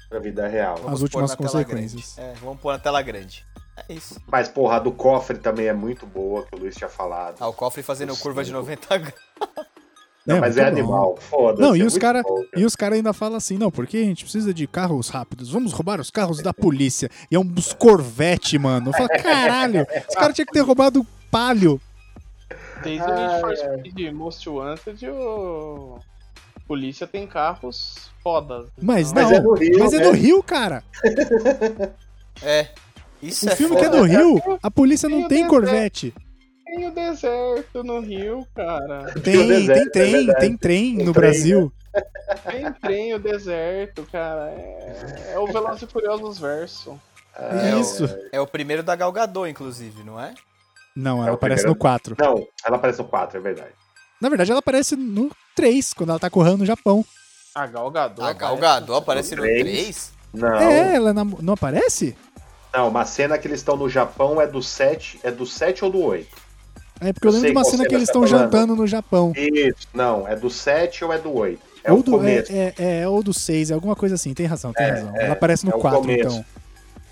B: pra vida real.
A: As últimas
D: pôr na tela
A: consequências.
D: grande. É, vamos pôr na tela grande. É isso.
B: Mas, porra, a do cofre também é muito boa, que o Luiz tinha falado.
D: Ah, o cofre fazendo
B: Os
D: curva de
B: cinco.
D: 90 graus.
B: Não, mas é
A: muito bom.
B: animal, foda-se.
A: Não, e
B: é
A: os
B: muito
A: cara-
B: bom, cara.
A: E os caras ainda falam assim, não, porque a gente precisa de carros rápidos, vamos roubar os carros da polícia. E é uns Corvette, mano. Eu falo, caralho, os caras tinham que ter roubado o Palio.
C: Desde o
B: Ah,
C: Need for Speed Most Wanted, o... polícia tem carros fodas.
A: Mas
C: Então,
A: não,
B: Mas é do Rio,
A: Mas é
B: né?
A: do Rio, cara.
D: É. Isso
A: O
D: é
A: filme que é
D: foda.
A: do Rio, a polícia não
C: Meu
A: tem
C: Deus,
A: Corvette.
C: Tem o deserto no Rio, cara.
A: Tem,
B: deserto,
A: tem
B: é
A: trem,
B: verdade.
A: tem trem
B: Tem
A: no
B: trem, né?
A: Brasil.
C: Tem trem o deserto, cara. É, é o Veloz e Furiosos verso.
B: É,
A: Isso.
D: É o primeiro da Galgador, inclusive, não é?
A: Não,
B: É
A: ela
B: o
A: aparece no 4.
B: primeiro. Não, ela aparece no 4, é verdade.
A: Na verdade, ela aparece no 3, quando ela tá correndo no Japão.
C: A Galgador.
D: A Galgador Ah, aparece no
B: é Três.
D: 3?
B: Não,
A: É, ela nam- não aparece?
B: não, uma cena que eles estão no Japão é do 7, é do 7 ou do 8?
A: É porque eu lembro
B: Eu sei
A: de uma
B: qual
A: cena
B: cena
A: que eles
B: você tá
A: estão
B: falando.
A: jantando no Japão.
B: Isso, não, é do 7 ou é do 8? É
A: ou
B: o
A: do, é,
B: começo,
A: é, é, ou do 6, é alguma coisa assim, tem razão, tem razão. Ela aparece no
B: é o
A: 4,
B: começo.
A: então.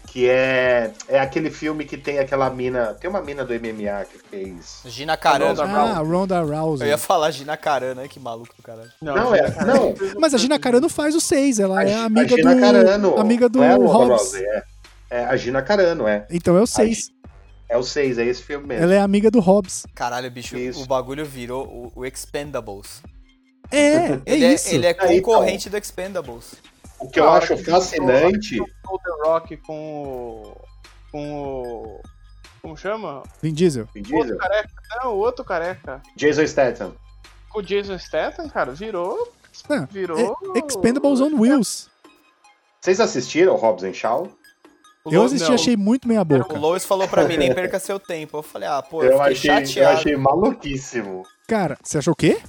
B: que é, é aquele filme que tem aquela mina, tem uma mina do MMA que fez...
D: Gina Carano.
C: Ronda
A: Ah, Ronda Rousey.
D: Tá Eu ia falar Gina Carano, né? Que maluco do caralho.
B: Não, é, não,
A: Mas a Gina Carano faz o 6, ela é
B: Gi-
A: amiga
B: Gina
A: do
B: Carano,
A: amiga do
B: não é a Ronda
A: Hobbs.
B: Rousey, é. É a Gina Carano, é.
A: Então é o 6.
B: É o 6, é esse filme mesmo.
A: Ela é amiga do Hobbs.
D: Caralho, bicho,
B: Isso.
D: o bagulho virou o, o Expendables.
A: É, é
D: ele,
A: isso.
D: É, ele é
B: Tá Aí, então.
D: concorrente do Expendables.
A: é
B: O que eu
C: Cara,
B: acho
C: que
B: fascinante...
C: O The Rock com o. Com o. Como chama?
A: Vin Diesel.
B: Vin
C: O outro
B: Diesel?
C: careca. Não, o outro careca.
B: Jason Statham.
C: Com o Jason Statham, cara, virou.
A: Não,
C: Virou.
A: é Expendables on
D: né?
A: Wheels.
B: Vocês assistiram Hobbs and Shaw?
C: O
A: Eu
C: Lo-
A: assisti,
C: não,
A: achei muito meia
D: O
A: boca.
D: Lois falou pra mim, nem perca seu tempo. Eu falei, ah, pô, eu,
B: Eu
D: fiquei
B: achei, eu
D: chateado.
B: achei maluquíssimo.
A: Cara, você achou o quê?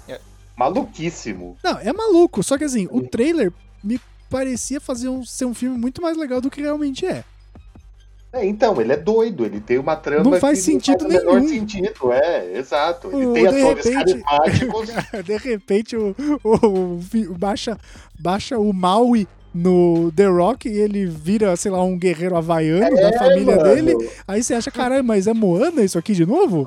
B: Maluquíssimo.
A: Não, é maluco. Só que assim, o trailer me parecia fazer um, ser um filme muito mais legal do que realmente é.
B: É, então, ele é doido, ele tem uma trama
A: Não faz
B: que
A: sentido
B: não faz o menor
A: nenhum.
B: sentido, é, exato. Ele
A: Ou,
B: tem
A: de
B: atores
A: repente-
B: carismáticos.
A: De repente, o, o- o vi- baixa, baixa o Maui no The Rock e ele vira, sei lá, um guerreiro havaiano da família
B: é, mano.
A: dele. Aí você acha, caralho, mas é Moana isso aqui de novo?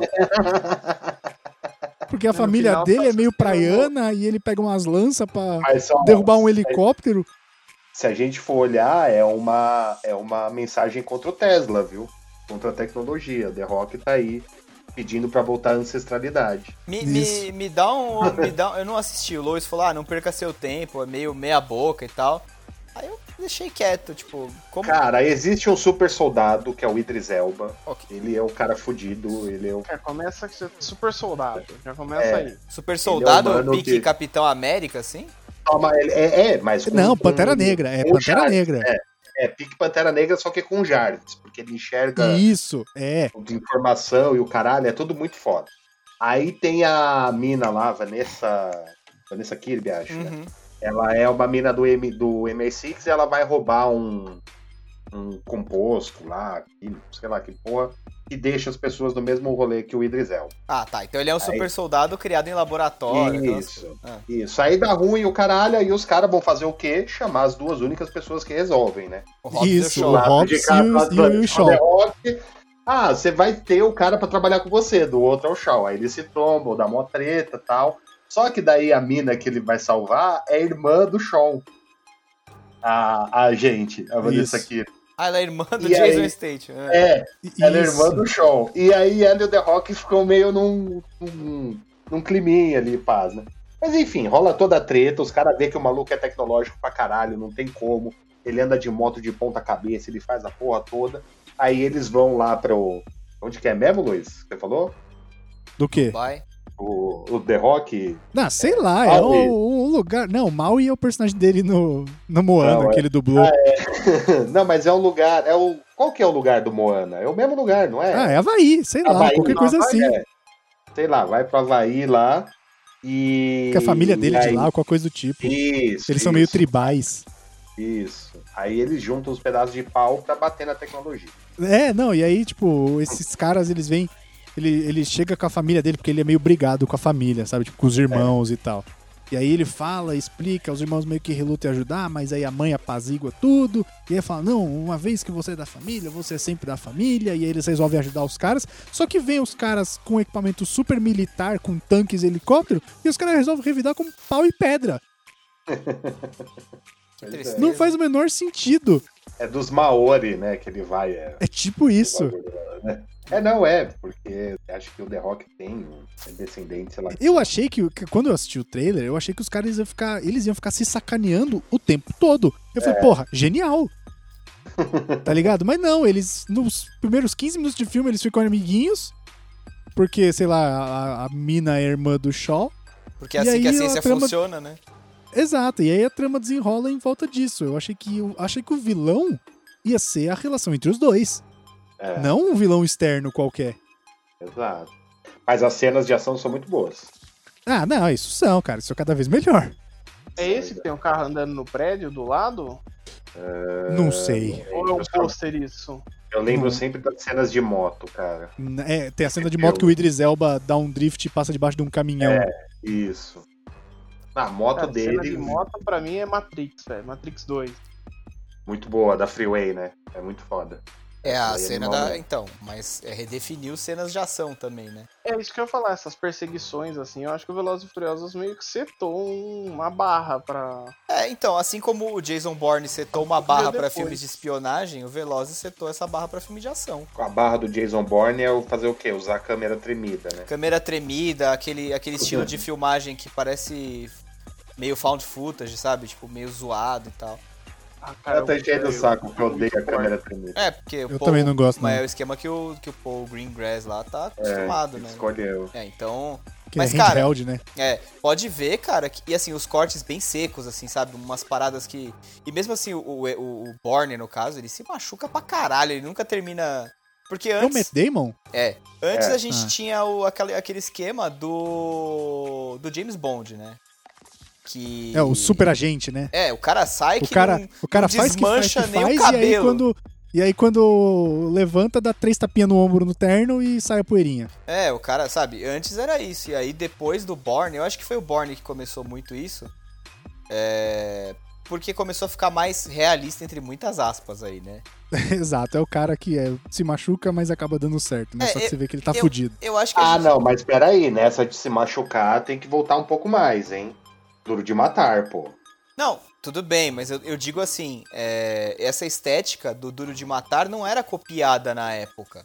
A: Porque a
C: No
A: família
C: final,
A: dele é
C: faz
A: meio
C: sentido,
A: praiana e ele pega umas lanças pra
B: Mas, ó,
A: derrubar um
B: se-
A: helicóptero.
B: Se a gente for olhar, é uma, é uma mensagem contra o Tesla, viu? Contra a tecnologia. The Rock tá aí pedindo pra voltar à ancestralidade.
D: Me, me,
A: Isso.
D: me dá um. Me dá, um- eu não assisti. O Lois falou, ah, não perca seu tempo, é meio meia boca e tal. Aí eu, deixei quieto, tipo, como.
B: Cara, existe um super soldado que é o Idris Elba.
D: Ok.
B: Ele é um cara fudido, ele é um.
C: Já começa que você é super soldado. Já começa
B: É.
C: aí.
D: Super soldado,
B: humano
D: pique
B: que-
D: Capitão América, assim?
B: Toma, ele- É, é, mas. com-
A: Não,
B: com-
A: Pantera Negra. É
B: com
A: Pantera
B: Jarvis.
A: Negra.
B: um É, pique Pantera Negra, só que com Jarvis, porque ele enxerga.
A: Isso, é.
B: de informação e o caralho, é tudo muito foda. Aí tem a mina lá, Vanessa. Vanessa Kirby, acho, né?
D: Uhum.
B: Ela é uma mina do, M, do MI6 e ela vai roubar um, um composto lá, químico, sei lá que porra, que deixa as pessoas no mesmo rolê que o Idris Elba.
D: Ah, tá. Então ele é um super soldado criado em laboratório.
B: Isso.
D: então- Ah.
B: Isso, aí dá ruim o caralho, aí os caras vão fazer o quê? Chamar as duas únicas pessoas que resolvem, né?
D: O Hobbs é e o
A: Isso,
D: Shaw.
A: o Hobbs
B: de cada
A: e o-
B: lado
A: e o
B: do-
A: Shaw.
B: The Rock, ah, você vai ter o cara pra trabalhar com você, do outro é o Shaw. Aí eles se trombam, dá mó treta e tal. Só que daí a mina que ele vai salvar é a irmã do Shaw. A, a gente, a Vanessa
A: Isso.
B: aqui.
D: Ah, ela é irmã do
B: E
D: Jason
B: aí?
D: Statham. né?
B: É,
A: Isso.
B: ela é irmã do Shaw. E aí ela e o The Rock ficam meio num, num, num climinha ali, paz, né? Mas enfim, rola toda a treta, os caras vê que o maluco é tecnológico pra caralho, não tem como. Ele anda de moto de ponta cabeça, ele faz a porra toda. Aí eles vão lá pro... Onde que é mesmo, Luiz? Você falou?
A: Do
B: É.
A: quê?
D: Vai.
B: O, o The Rock?
A: Não, sei lá, é
B: Maui.
A: um, um lugar. Não, Maui é o personagem dele no, no Moana,
B: Não, é.
A: que ele dublou. Ah,
B: não, mas é um lugar... É o... Qual que é o lugar do Moana? É o mesmo lugar, não é?
A: é, Havaí, sei lá,
B: Havaí,
A: qualquer
B: não,
A: coisa
B: Havaí,
A: assim.
B: é. Sei lá, vai pro Havaí lá e...
A: Que a família dele
B: e
A: é de
B: aí-
A: lá, ou qualquer coisa do tipo.
B: Isso,
A: Eles são meio
B: isso.
A: tribais.
B: Isso. Aí eles juntam os pedaços de pau pra bater na tecnologia.
A: É, não, e aí, tipo, esses caras, eles vêm. Ele, ele chega com a família dele, porque ele é meio brigado com a família, sabe? Tipo, com os irmãos e tal. E aí ele fala, explica, os irmãos meio que relutam em ajudar, mas aí a mãe apazigua tudo. E aí fala: não, uma vez que você é da família, você é sempre da família. E aí eles resolvem ajudar os caras. Só que vem os caras com equipamento super militar, com tanques e helicóptero, e os caras resolvem revidar com pau e pedra.
D: Que
B: Pois
D: tristeza.
A: Não faz o menor sentido.
B: É dos Maori, né, que ele vai. É,
A: É tipo isso.
B: é não, é, porque acho que o The Rock tem um descendente, sei lá.
A: Eu achei que, que quando eu assisti o trailer, eu achei que os caras iam ficar, eles iam ficar se sacaneando o tempo todo. Eu falei, porra, genial. tá ligado? Mas não, eles nos primeiros 15 minutos de filme eles ficam amiguinhos. Porque, sei lá, a, a mina é irmã do Shaw.
D: Porque
A: E
D: é assim que a
A: aí a
D: ciência
A: trama-
D: funciona, né?
A: Exato, e aí a trama desenrola em volta disso. Eu achei que, eu achei que o vilão ia ser a relação entre os dois.
B: É.
A: Não um vilão externo qualquer.
B: Exato. Mas as cenas de ação são muito boas.
A: Ah, não, isso são, cara. Isso é cada vez melhor.
C: É esse que tem um carro andando no prédio do lado?
A: Não sei.
C: Ou é um
B: Eu só-
C: pôster isso?
B: Eu lembro
A: Hum.
B: sempre das cenas de moto, cara.
A: É, tem a cena de moto que o Idris Elba dá um drift e passa debaixo de um caminhão.
D: É.
B: Isso. Na moto
C: Cara,
B: dele,
C: cena de moto pra mim é Matrix, velho. Matrix 2.
B: muito boa, da Freeway, né? É muito foda.
D: É a
B: Ele é
D: cena
B: animal,
D: da.
B: né?
D: Então, mas é redefiniu cenas de ação também, né?
C: É isso que eu ia falar, essas perseguições, assim. Eu acho que o Velozes e Furiosos meio que setou um- uma barra pra.
D: É, então, assim como o Jason Bourne setou uma barra pra
C: depois.
D: filmes de espionagem, o Velozes setou essa barra pra filme de ação.
B: Com a barra do Jason Bourne é o fazer o quê? Usar a câmera tremida, né?
D: Câmera tremida, aquele, aquele estilo de filmagem que parece meio found footage, sabe? Tipo, meio zoado e tal.
C: Ah, cara,
B: Eu tô enchendo o saco, que eu odeio a
C: muito
B: câmera tremida.
D: É, porque
A: Eu também não gosto,
D: Mas é
A: não.
D: o esquema que o, que o Paul Greengrass lá tá acostumado, né?
B: Escolheu.
D: É, então.
A: Que
D: Mas,
A: é
D: cara,
A: handheld, né?
D: É, pode ver, cara, que- e assim, os cortes bem secos, assim, sabe? Umas paradas que. E mesmo assim, o, o, o- o Borne, no caso, ele se machuca pra caralho, ele nunca termina. Porque
A: É o Matt
D: antes.
A: Damon?
D: É, antes
B: É.
D: a gente
A: Ah.
D: tinha o, aquele, aquele esquema do. do James Bond, né? Que.
A: É o super agente, né?
D: É, o cara sai
A: O
D: que.
A: cara,
D: não-
A: o cara faz que faz,
D: desmancha
A: que
D: nem o
A: faz e aí
D: cabelo.
A: quando... E aí quando levanta, dá três tapinhas no ombro no terno e sai a poeirinha.
D: É, o cara, sabe, antes era isso. E aí depois do Borne, eu acho que foi o Borne que começou muito isso. É. Porque começou a ficar mais realista entre muitas aspas aí, né?
A: Exato, é o cara que é, se machuca, mas acaba dando certo, né?
D: É,
A: Só que
D: eu-
A: você vê que ele tá
D: eu-
A: fudido.
D: Eu acho que a
B: Ah,
D: gente-
B: não, mas peraí, nessa de se machucar tem que voltar um pouco mais, hein? Duro de matar, pô.
D: Não, tudo bem, mas eu, eu digo assim, é, essa estética do Duro de Matar não era copiada na época.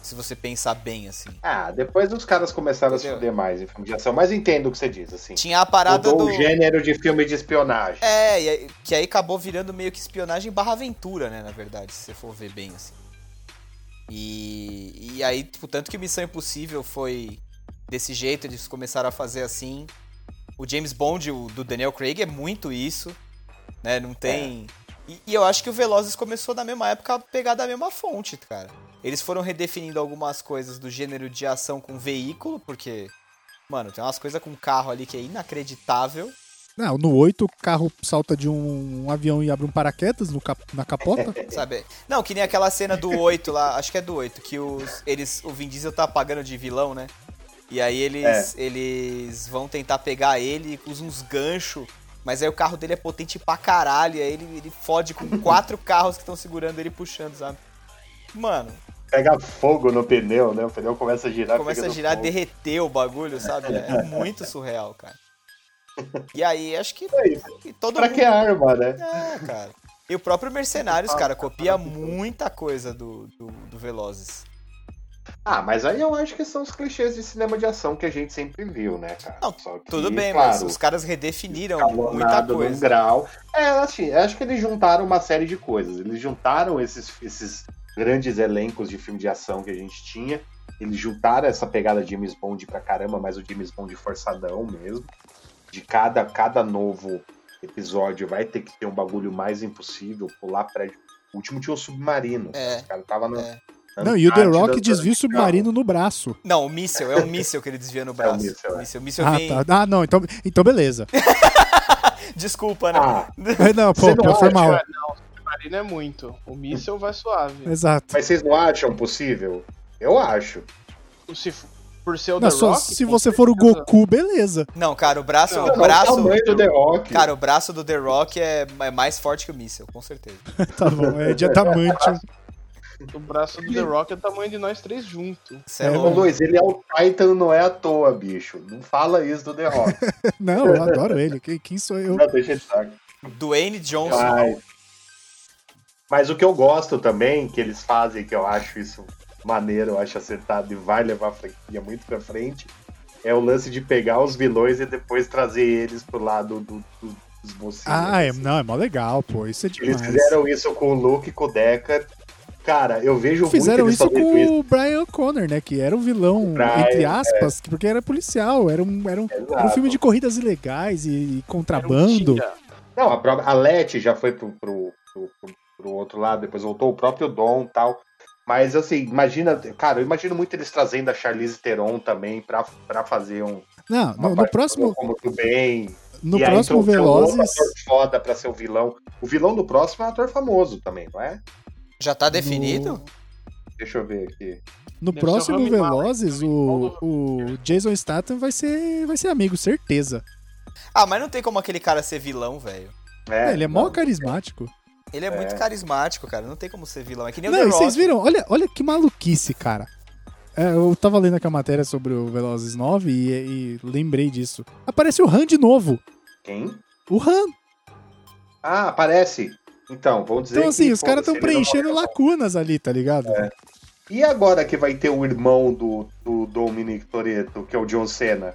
D: se você pensar bem, assim.
B: Ah, depois os caras começaram a se
D: Entendeu?
B: fuder mais em filme de ação, mas entendo o que você diz, assim.
D: Tinha a parada
B: Mudou
D: do.
B: o gênero de filme de espionagem.
D: É, e aí- que aí acabou virando meio que espionagem barra aventura, né, na verdade, se você for ver bem, assim. E, e aí, tipo, tanto que Missão Impossível foi desse jeito, eles começaram a fazer assim. O James Bond, o do Daniel Craig, é muito isso, né, não tem... E, e eu acho que o Velozes começou na mesma época a pegar da mesma fonte, cara. Eles foram redefinindo algumas coisas do gênero de ação com veículo, porque, mano, tem umas coisas com carro ali que é inacreditável.
A: Não, no 8 o carro salta de um, um avião e abre um paraquedas no cap- na capota.
D: Sabe? Não, que nem aquela cena do 8 lá, acho que é do 8, que os, eles, o Vin Diesel tá pagando de vilão, né? E aí eles,
B: É.
D: eles vão tentar pegar ele, usa uns ganchos, mas aí o carro dele é potente pra caralho, e aí ele, ele fode com quatro carros que estão segurando ele e puxando, sabe? Mano,
B: Pega fogo no pneu, né? O pneu começa a girar.
D: começa
B: pega
D: a
B: no
D: girar,
B: fogo.
D: derreter o bagulho, sabe? É muito surreal, cara. E aí, acho que,
B: É isso.
D: que todo
B: Pra
D: mundo...
B: que Ah, arma, né?
D: É, cara. E o próprio Mercenários, cara, copia muita coisa do, do, do Velozes.
B: Ah, mas aí eu acho que são os clichês de cinema de ação que a gente sempre viu, né, cara?
D: Não,
B: Só que,
D: Tudo bem, mas
B: claro,
D: os caras redefiniram muita
B: escalonado num
D: coisa.
B: grau. É, assim, acho que eles juntaram uma série de coisas. Eles juntaram esses, esses grandes elencos de filme de ação que a gente tinha. Eles juntaram essa pegada de James Bond pra caramba, mas o James Bond forçadão mesmo. De cada, cada novo episódio vai ter que ter um bagulho mais impossível, pular prédio. O último tinha o submarino.
D: É,
B: O cara tava na.
D: é.
B: na
A: Não, e o The
B: Antártida,
A: Rock desvia o
B: tá?
A: submarino no braço.
D: Não, o míssel, é o míssel que ele desvia no braço.
B: míssel, é.
D: míssel. O míssel vem.
A: Ah, tá. Ah, não, então, então beleza.
D: Desculpa, né?
B: Ah,
A: É, Não, pô,
B: Você não
A: pô, foi
B: acha,
A: mal.
C: Não, o submarino é muito. O míssel vai suave.
A: Exato.
B: mas vocês não acham possível? Eu acho.
C: O Se, por ser é o
A: Não,
C: The
A: só
C: Rock,
A: se
C: com
A: você for o
C: certeza.
A: Goku, beleza.
D: Não, cara, o braço.
C: Não,
B: Não,
D: o
B: não, é o
D: braço
B: tamanho do The Rock.
D: cara, o braço do The Rock é, é mais forte que o míssel, com certeza.
A: Tá bom, é diamante.
C: O braço do The Rock é o tamanho de nós três juntos.
D: Cê é
A: É,
B: Ô
D: louco.
B: Luiz, ele é o Titan, não é à toa, bicho. Não fala isso do The Rock.
A: Não, eu adoro ele. Quem- Quem sou eu?
B: não, deixa ele estar.
D: Dwayne Johnson.
B: Mas... mas o que eu gosto também, que eles fazem, que eu acho isso maneiro, eu acho acertado e vai levar a franquia muito pra frente, é o lance de pegar os vilões e depois trazer eles pro lado do- do- dos mocinhos.
A: Ah, é,
B: assim.
A: não, é mó legal, pô. Isso é demais.
B: Eles fizeram isso com o Luke e com o Deckard. Cara, eu vejo
A: Fizeram
B: muito eles
A: isso
B: fazendo isso.
A: com o Brian O'Connor, né? Que era um vilão,
B: Brian,
A: entre aspas, porque era policial. Era um, era um, era um
B: Exato.
A: filme de corridas ilegais e, e
C: Era um
A: contrabando.
C: tira.
B: Não, a, pró- a Leti já foi pro, pro, pro, pro- pro outro lado, depois voltou o próprio Dom e tal. Mas assim, imagina, cara, eu imagino muito eles trazendo a Charlize Theron também pra, pra fazer um.
A: Não,
B: uma
A: no, no
B: parte
A: próximo,
B: do Como Tu Bem.
A: no
B: e aí
A: próximo
B: trouxer um outro
A: Velozes.
B: ator foda pra ser o vilão. O vilão do próximo é um ator famoso também, não é?
D: Já tá definido?
B: Deixa eu ver aqui.
A: No
C: Deve ser o
A: próximo
C: Rami
A: Velozes,
C: Malek,
A: o,
C: Paulo-
A: o Jason Statham vai ser, vai ser amigo, certeza.
D: Ah, mas não tem como aquele cara ser vilão, velho.
A: É, ele é mó
B: não.
A: carismático.
D: Ele é, muito
B: É.
D: carismático, cara. Não tem como ser vilão. É que nem o
A: Não,
D: The
A: e
D: Rock.
A: vocês viram? Olha, olha que maluquice, cara. É, eu tava lendo aqui a matéria sobre o Velozes 9 e, e lembrei disso. Aparece o Han de novo.
B: Quem?
A: O Han.
B: Ah, aparece. Então, vão dizer
A: Então, assim,
B: que,
A: os caras
B: foda-se,
A: estão
B: ele é não
A: preenchendo
B: morreu.
A: lacunas ali, tá ligado?
B: E agora que vai ter o irmão do, do Dominic Toretto, que é o John Cena?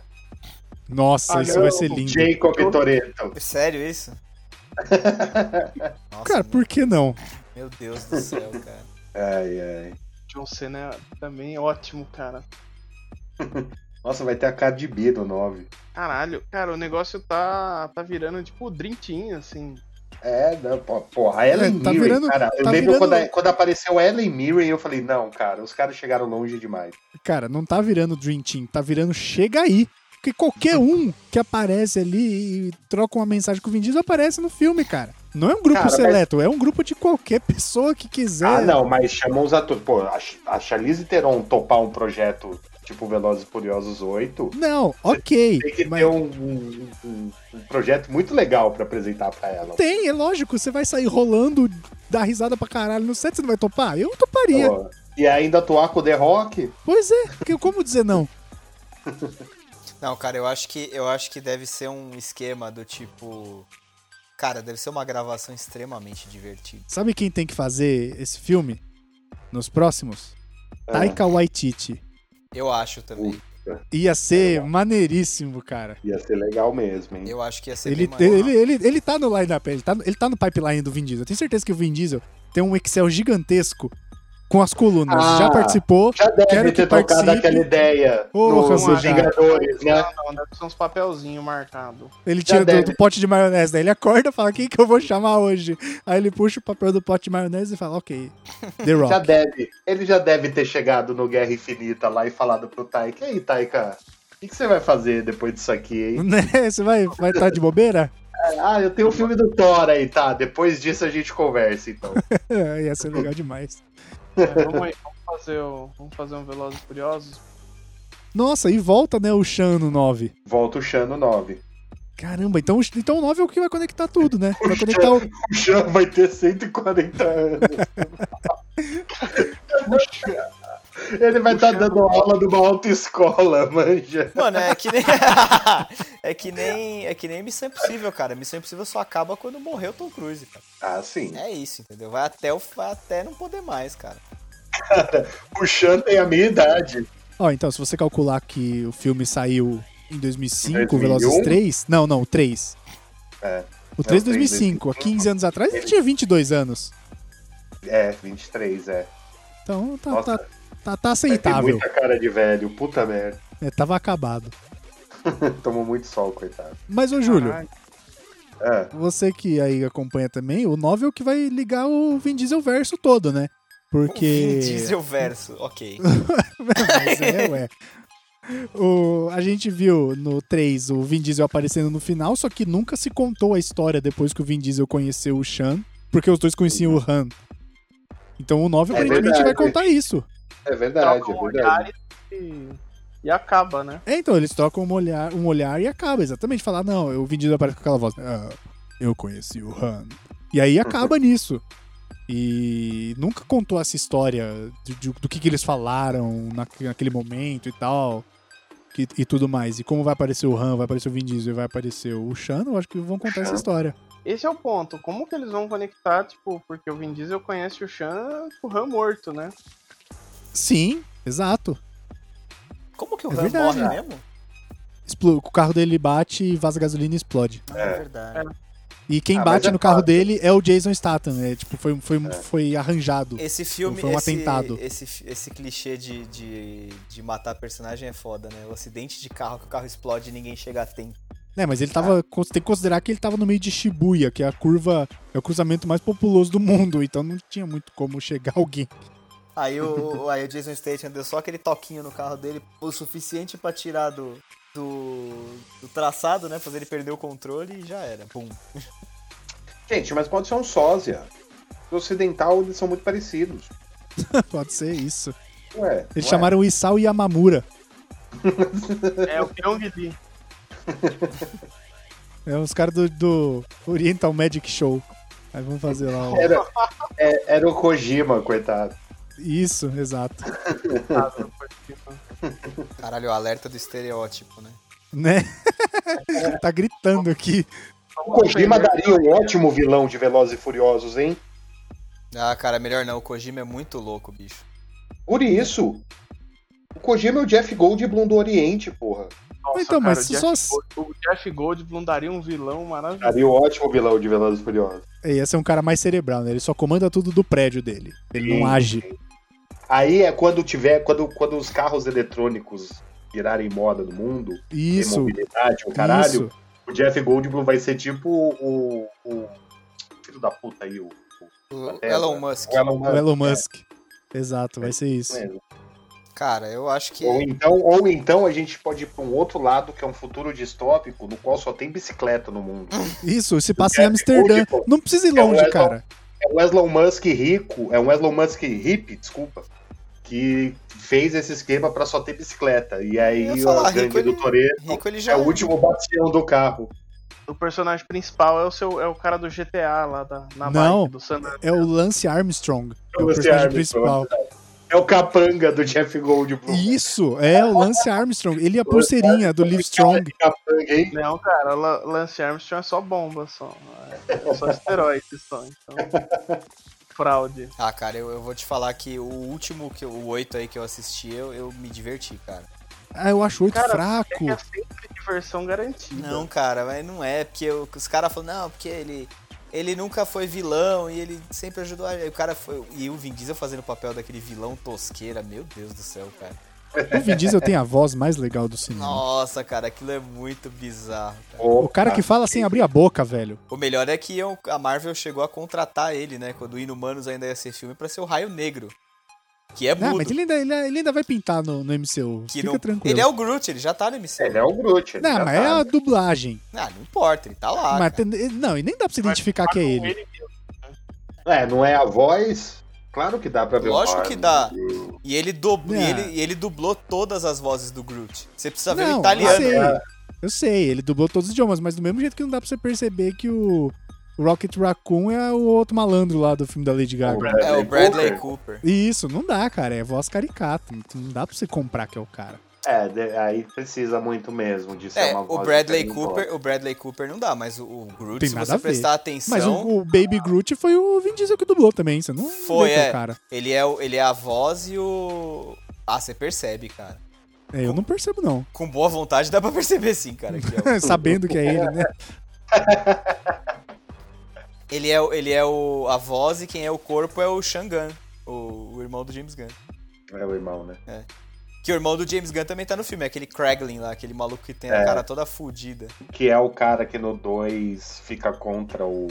A: Nossa,
C: Ah,
A: isso
C: não,
A: vai ser
C: o
A: lindo.
B: Jacob Toretto.
D: Sério isso? Nossa,
A: Cara, por que não?
D: meu Deus do céu, cara.
B: Ai, ai.
C: John Cena é também ótimo, cara.
B: Nossa, vai ter a cara de B no 9.
C: Caralho, cara, o negócio tá, tá virando tipo drintinho, assim.
B: É, não, pô- porra, a Ellen
A: tá
B: Mirren,
A: virando-
B: cara. Eu
A: tá
B: lembro
A: virando-
B: quando, a- quando apareceu a Ellen Mirren, eu falei, não, cara, os caras chegaram longe demais.
A: Cara, não tá virando Dream Team, tá virando Chega Aí. Porque qualquer um que aparece ali e troca uma mensagem com o Vin Diesel aparece no filme, cara. Não é um grupo
B: Cara, mas-
A: seleto, é um grupo de qualquer pessoa que quiser.
B: Ah, não, mas chamou os atores. Pô, a, a Charlize Theron topar um projeto tipo Velozes e Furiosos 8,
A: Não, ok.
B: tem que
A: mas-
B: ter um, um- um- um projeto muito legal pra apresentar pra ela.
A: Tem, é lógico. Você vai sair rolando, dar risada pra caralho no set, você não vai topar? Eu toparia.
B: Pô, E ainda atuar com o The Rock?
A: Pois é, porque como dizer não?
D: Não, cara, eu acho que eu acho que deve ser um esquema do tipo. Cara, deve ser uma gravação extremamente divertida.
A: Sabe quem tem que fazer esse filme? Nos próximos?
B: É.
A: Taika Waititi.
D: Eu acho também.
A: Ia ser
B: Legal.
A: maneiríssimo, cara.
B: Ia ser legal mesmo, hein?
D: Eu acho que ia ser
A: Ele,
D: bem maneiro.
A: ele, ele, ele tá no line-up, ele tá, no- ele tá no pipeline do Vin Diesel. Eu tenho certeza que o Vin Diesel tem um Excel gigantesco com as colunas.
B: Ah.
A: Já participou.
B: Já deve
A: Quero que
B: ter trocado
A: participe.
B: aquela ideia
A: Porra,
B: no-
A: Sujar.
B: nos Vingadores, né?
C: Não, não, deve ser uns papelzinhos marcados.
A: Ele
B: Já
A: tira do,
B: deve.
A: do pote de maionese, daí ele acorda e fala, quem que eu vou chamar hoje? Aí ele puxa o papel do pote de maionese e fala, ok, The
B: Já
A: Rock.
B: deve. Ele já deve ter chegado no Guerra Infinita lá e falado pro Taika, e aí, Taika, o que, que você vai fazer depois disso aqui, hein?
A: Né? Você vai estar vai tá de bobeira?
B: Ah, eu tenho o filme do Thor aí, tá? Depois disso a gente conversa, então.
A: É, Ia ser legal demais.
C: É, vamos aí, vamos fazer, o, vamos fazer um Velozes e Furiosos.
A: Nossa, e volta, né, o Shan no 9.
B: Volta o Shan no 9.
A: Caramba, então, então o 9 é o que vai conectar tudo, né? Vai conectar o...
B: O Shan vai ter 140 anos. Ele vai estar dando aula numa autoescola, manja.
D: Mano, é que nem. é que nem. É que nem Missão Impossível, cara. Missão Impossível só acaba quando morreu o Tom Cruise, cara.
B: Ah, sim.
D: É isso, entendeu? Vai até, o, vai até não poder mais, cara.
B: O Shan tem a minha idade.
A: Ó, então, se você calcular que o filme saiu em 2005,
B: 2001?
A: Velozes 3... Não, não, o 3.
B: É.
A: O 3
B: É, o 3,
A: 2005. Há 15 anos atrás ele tinha 22 anos.
B: É, 23, é.
A: Então, tá, tá,
B: Nossa.
A: tá, tá
B: Vai ter
A: aceitável.
B: muita cara de velho, puta merda.
A: É, tava acabado.
B: Tomou muito sol, coitado.
A: Mas, ô, Júlio...
C: Caralho.
B: É,
A: Você que aí acompanha também, o 9 é o que vai ligar o Vin Diesel verso todo, né?
D: Vin
A: Porque.
D: Diesel verso, ok.
A: Mas é, ué. O, a gente viu no 3 o Vin Diesel aparecendo no final, só que nunca se contou a história depois que o Vin Diesel conheceu o Shan, porque os dois conheciam o Han. Então o 9
B: É
A: aparentemente vai
B: verdade.
A: contar isso.
B: é verdade,
C: Trocam
B: é
C: um
B: verdade.
C: olhar e, e acaba, né?
A: É, então eles trocam um olhar, um olhar e acaba exatamente. Falar, não, o Vin Diesel aparece com aquela voz. "Ah, eu conheci o Han. E aí acaba nisso. E nunca contou essa história de- de- do que, que eles falaram na- naquele momento e tal. que- e tudo mais. E como vai aparecer o Han, vai aparecer o Vin Diesel e vai aparecer o Shan, eu acho que vão contar essa
B: Shan.
A: história.
C: Esse é o ponto. Como que eles vão conectar, tipo, porque o Vin Diesel conhece o Chan com o Ram morto, né?
A: Sim, exato.
D: Como que o
A: É
D: Han
A: verdade.
D: morre mesmo?
A: Explo- o carro dele bate, vaza gasolina e explode.
D: Ah, é verdade.
A: E quem
B: Ah, mas
A: bate
B: é
A: no carro
B: fácil.
A: dele é o Jason Statham. É, tipo, foi, foi,
B: É.
A: foi arranjado.
D: Esse filme.
A: Foi um
D: esse,
A: atentado.
D: Esse, fi- esse clichê de, de, de matar personagem é foda, né? O acidente de carro que o carro explode e ninguém chega a tempo.
A: É, mas ele tava. cons- Tem que considerar que ele tava no meio de Shibuya, que é a curva. É o cruzamento mais populoso do mundo. Então não tinha muito como chegar alguém.
D: Aí o, aí o Jason Statham deu só aquele toquinho no carro dele, o suficiente pra tirar do, do, do traçado, né? Fazer ele perder o controle e já era. Pum.
B: Gente, mas pode ser um sósia. No ocidental eles são muito parecidos.
A: Pode ser isso.
B: Ué.
A: Eles
B: ué.
A: chamaram o Isao Yamamura.
C: É o Pyong Lee.
A: É os caras do, do Oriental Magic Show. Aí vamos fazer lá. o-
B: Era, é- era o Kojima, coitado.
A: Isso, exato.
C: Ah, não foi possível.
D: Caralho, o alerta do estereótipo, né?
A: Né? tá gritando aqui.
B: O Kojima daria um ótimo vilão de Velozes e Furiosos, hein?
D: Ah, cara, melhor não. O Kojima é muito louco, bicho.
B: Por isso. O Kojima é o Jeff Goldblum do Oriente, porra.
C: Nossa,
A: então,
C: cara,
A: mas
C: o Jeff
A: só.
C: Gold- O Jeff Goldblum daria um vilão maravilhoso.
B: Daria um ótimo vilão de Velozes e Furiosos.
A: É, ia ser um cara mais cerebral, né? Ele só comanda tudo do prédio dele. Ele não
B: Sim.
A: age.
B: Aí é quando tiver, quando, quando os carros eletrônicos virarem moda no mundo, e
A: Isso.
B: mobilidade, o caralho,
A: Isso.
B: O Jeff Goldblum vai ser tipo o. o- o filho da puta aí, o,
D: O
B: É,
D: Elon
B: né?
D: Musk.
B: o Elon
A: O
B: Musk.
A: Elon Musk. Exato, vai ser isso.
B: mesmo.
D: Cara, eu acho que. é.
B: Ou, então, ou então a gente pode ir pra um outro lado, que é um futuro distópico, no qual só tem bicicleta no mundo. Isso,
A: Isso, se passa em
B: Jeff
A: Amsterdã.
B: Goldblum.
A: Não precisa ir
B: É o
A: longe,
B: Elon-
A: cara.
B: É um Elon Musk rico, é um Elon Musk hippie, desculpa, que fez esse esquema pra só ter bicicleta. E
D: Eu
B: aí
D: ia
B: a
D: falar,
B: gangue
D: rico
B: do
D: ele-
B: Toreto
D: Rico ele já.
B: é o último bastião do carro.
C: O personagem principal é o, seu, é o cara do GTA lá da, na
A: Não.
C: bike do San Andreas.
A: É o Lance Armstrong. É o
B: Lance
A: personagem
B: Armstrong.
A: principal.
B: É o capanga do Jeff Goldblum.
A: Isso, é o Lance Armstrong. Ele é a pulseirinha do Live Strong.
B: Capanga, hein?
C: Não, cara, La- Lance Armstrong é só bomba, só. É só esteroide, só. Então, fraude.
D: Ah, cara, eu, eu vou te falar que o último, que eu- o 8 aí que eu assisti, eu, eu me diverti, cara.
A: Ah, eu acho oito
C: Cara,
A: fraco.
C: É, é sempre diversão garantida.
A: Então.
D: Não, cara, mas não é, porque eu- os caras falam, não, porque ele, ele nunca foi vilão e ele sempre ajudou a. E o cara foi. E o Vin Diesel fazendo o papel daquele vilão tosqueira, meu Deus do céu, cara.
A: O Vin Diesel tem a voz mais legal do cinema.
D: Nossa, cara, aquilo é muito bizarro, cara.
A: O cara que fala sem abrir a boca, velho.
D: O melhor é que eu- a Marvel chegou a contratar ele, né? Quando o Inumanos ainda ia ser filme, pra ser o Raio Negro. Que é
A: Ah,
D: mudo.
A: mas ele ainda, ele, ele ainda vai pintar no, no MCU.
D: que
A: Fica
D: não-
A: tranquilo.
D: Ele é o Groot, ele já tá no MCU.
B: Ele é o Groot. ele
A: Não,
B: já
A: mas
B: tá.
A: é a dublagem.
D: Ah, não importa, ele tá lá.
A: mas
D: cara. um
A: tem- não, e nem dá pra se identificar que é
C: Com
A: ele.
C: mesmo.
B: É, não é a voz? Claro que dá pra ver o
D: Lógico
B: Norman.
D: que dá. E ele, dub- e
A: Ah.
D: ele, e ele dublou todas as vozes do Groot. Você precisa ver o
A: Não, assim, eu
D: Tá italiano.
A: sei.
B: né?
A: Eu sei, ele dublou todos os idiomas, mas do mesmo jeito que não dá pra você perceber que o Rocket Raccoon é o outro malandro lá do filme da Lady
B: O
A: Gaga.
B: Bradley
D: É o Bradley
B: Cooper.
D: Cooper.
A: Isso, não dá, cara. É voz caricata. Não- Não dá pra você comprar que é o cara.
B: É, de- aí precisa muito mesmo de ser
D: É,
B: uma
D: o
B: voz
D: Bradley
B: diferente.
D: Cooper, o Bradley Cooper não dá, mas o, o Groot,
A: Tem
D: se
A: nada
D: você
A: a ver.
D: prestar atenção,
A: Mas o, o Baby Groot foi o Vin Diesel que dublou também. Você não
D: Foi,
A: vê que é
D: é.
A: o cara.
D: ele é o- ele é a voz e o Ah, você percebe, cara.
A: É, eu não percebo, não.
D: Com boa vontade dá pra perceber sim, cara. que é o-
A: Sabendo que é ele, né?
D: ele é, o- ele é o, a voz e quem é o corpo é o Shangan, o, o irmão do James Gunn.
B: É o irmão, né?
D: Que o irmão do James Gunn também tá no filme, é aquele Kraglin lá, aquele maluco que tem a
B: É.
D: cara toda fodida.
B: Que é o cara que no 2 fica contra o.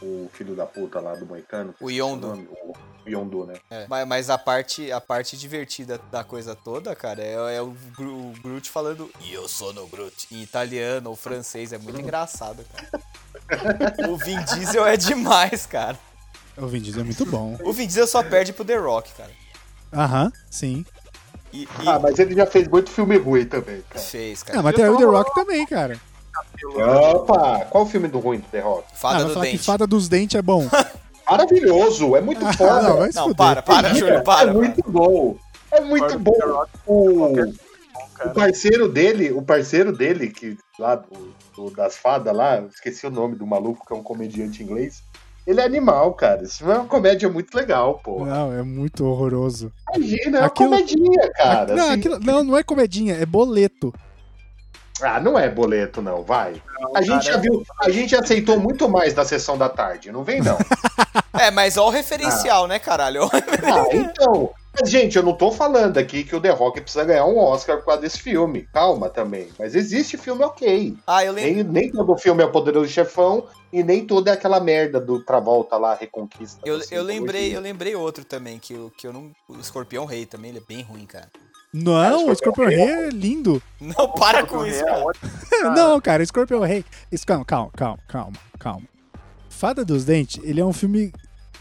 B: O filho da puta lá do Moicano.
D: O Yondo.
B: O Yondu, né?
D: Mas, mas a, parte, a parte divertida da coisa toda, cara, é, é o, Gru- o Groot falando Eu sono Groot em italiano ou francês. É muito engraçado, cara. o Vin Diesel é demais, cara.
A: O Vin Diesel é muito bom.
D: O Vin Diesel só perde pro The Rock, cara.
A: Aham, sim.
D: E, e
B: Ah, mas ele já fez muito filme ruim também, cara.
D: fez, cara.
A: Ah, mas tem aí o The Rock também, cara.
B: Opa! Qual o filme do ruim do The Rock?
A: Ah,
D: Fada
A: vai
D: do
A: falar que
D: Dente.
A: Fada dos Dentes é bom.
B: Maravilhoso! É muito
A: Ah,
B: foda!
A: não, vai se
D: Não,
A: fuder.
D: para, para, Júlio, para.
B: é muito bom! É muito
C: Fora do
B: bom!
C: The Rock,
B: O,
C: qualquer-
B: o
C: cara.
B: parceiro dele, o parceiro dele, que lá do, do- das fadas lá, esqueci o nome do maluco, que é um comediante inglês. Ele é animal, cara. Isso é uma comédia muito legal, pô.
A: Não, é muito horroroso.
B: Imagina, é uma
A: Aquilo-
B: comedinha, cara.
A: não,
B: assim.
A: aquilo- não, não é comedinha, é boleto.
B: Ah, não é boleto, não, vai. a
C: cara,
B: gente já
C: é-
B: viu, a gente aceitou muito mais da sessão da tarde, não vem, não.
D: É, mas ó o referencial, né, caralho?
B: Ah,
A: é.
B: então. Mas, gente, eu não tô falando aqui que o The Rock precisa ganhar um Oscar por causa desse filme. Calma também. Mas existe filme ok.
D: Ah, eu lembro.
B: Nem, nem todo filme é o Poderoso Chefão e nem toda é aquela merda do Travolta lá, Reconquista.
D: Eu,
B: assim,
D: eu lembrei,
B: hoje.
D: eu lembrei outro também, que, eu- que eu não. O Escorpião Rei também, ele é bem ruim, cara.
A: Não,
B: É,
A: o Scorpion Rei é lindo.
D: Não, para com isso, cara.
C: Cara.
A: Não, cara, o Scorpion Rei. Isso, Calma, calma, calma, calma, calma. Fada dos Dentes, ele é um filme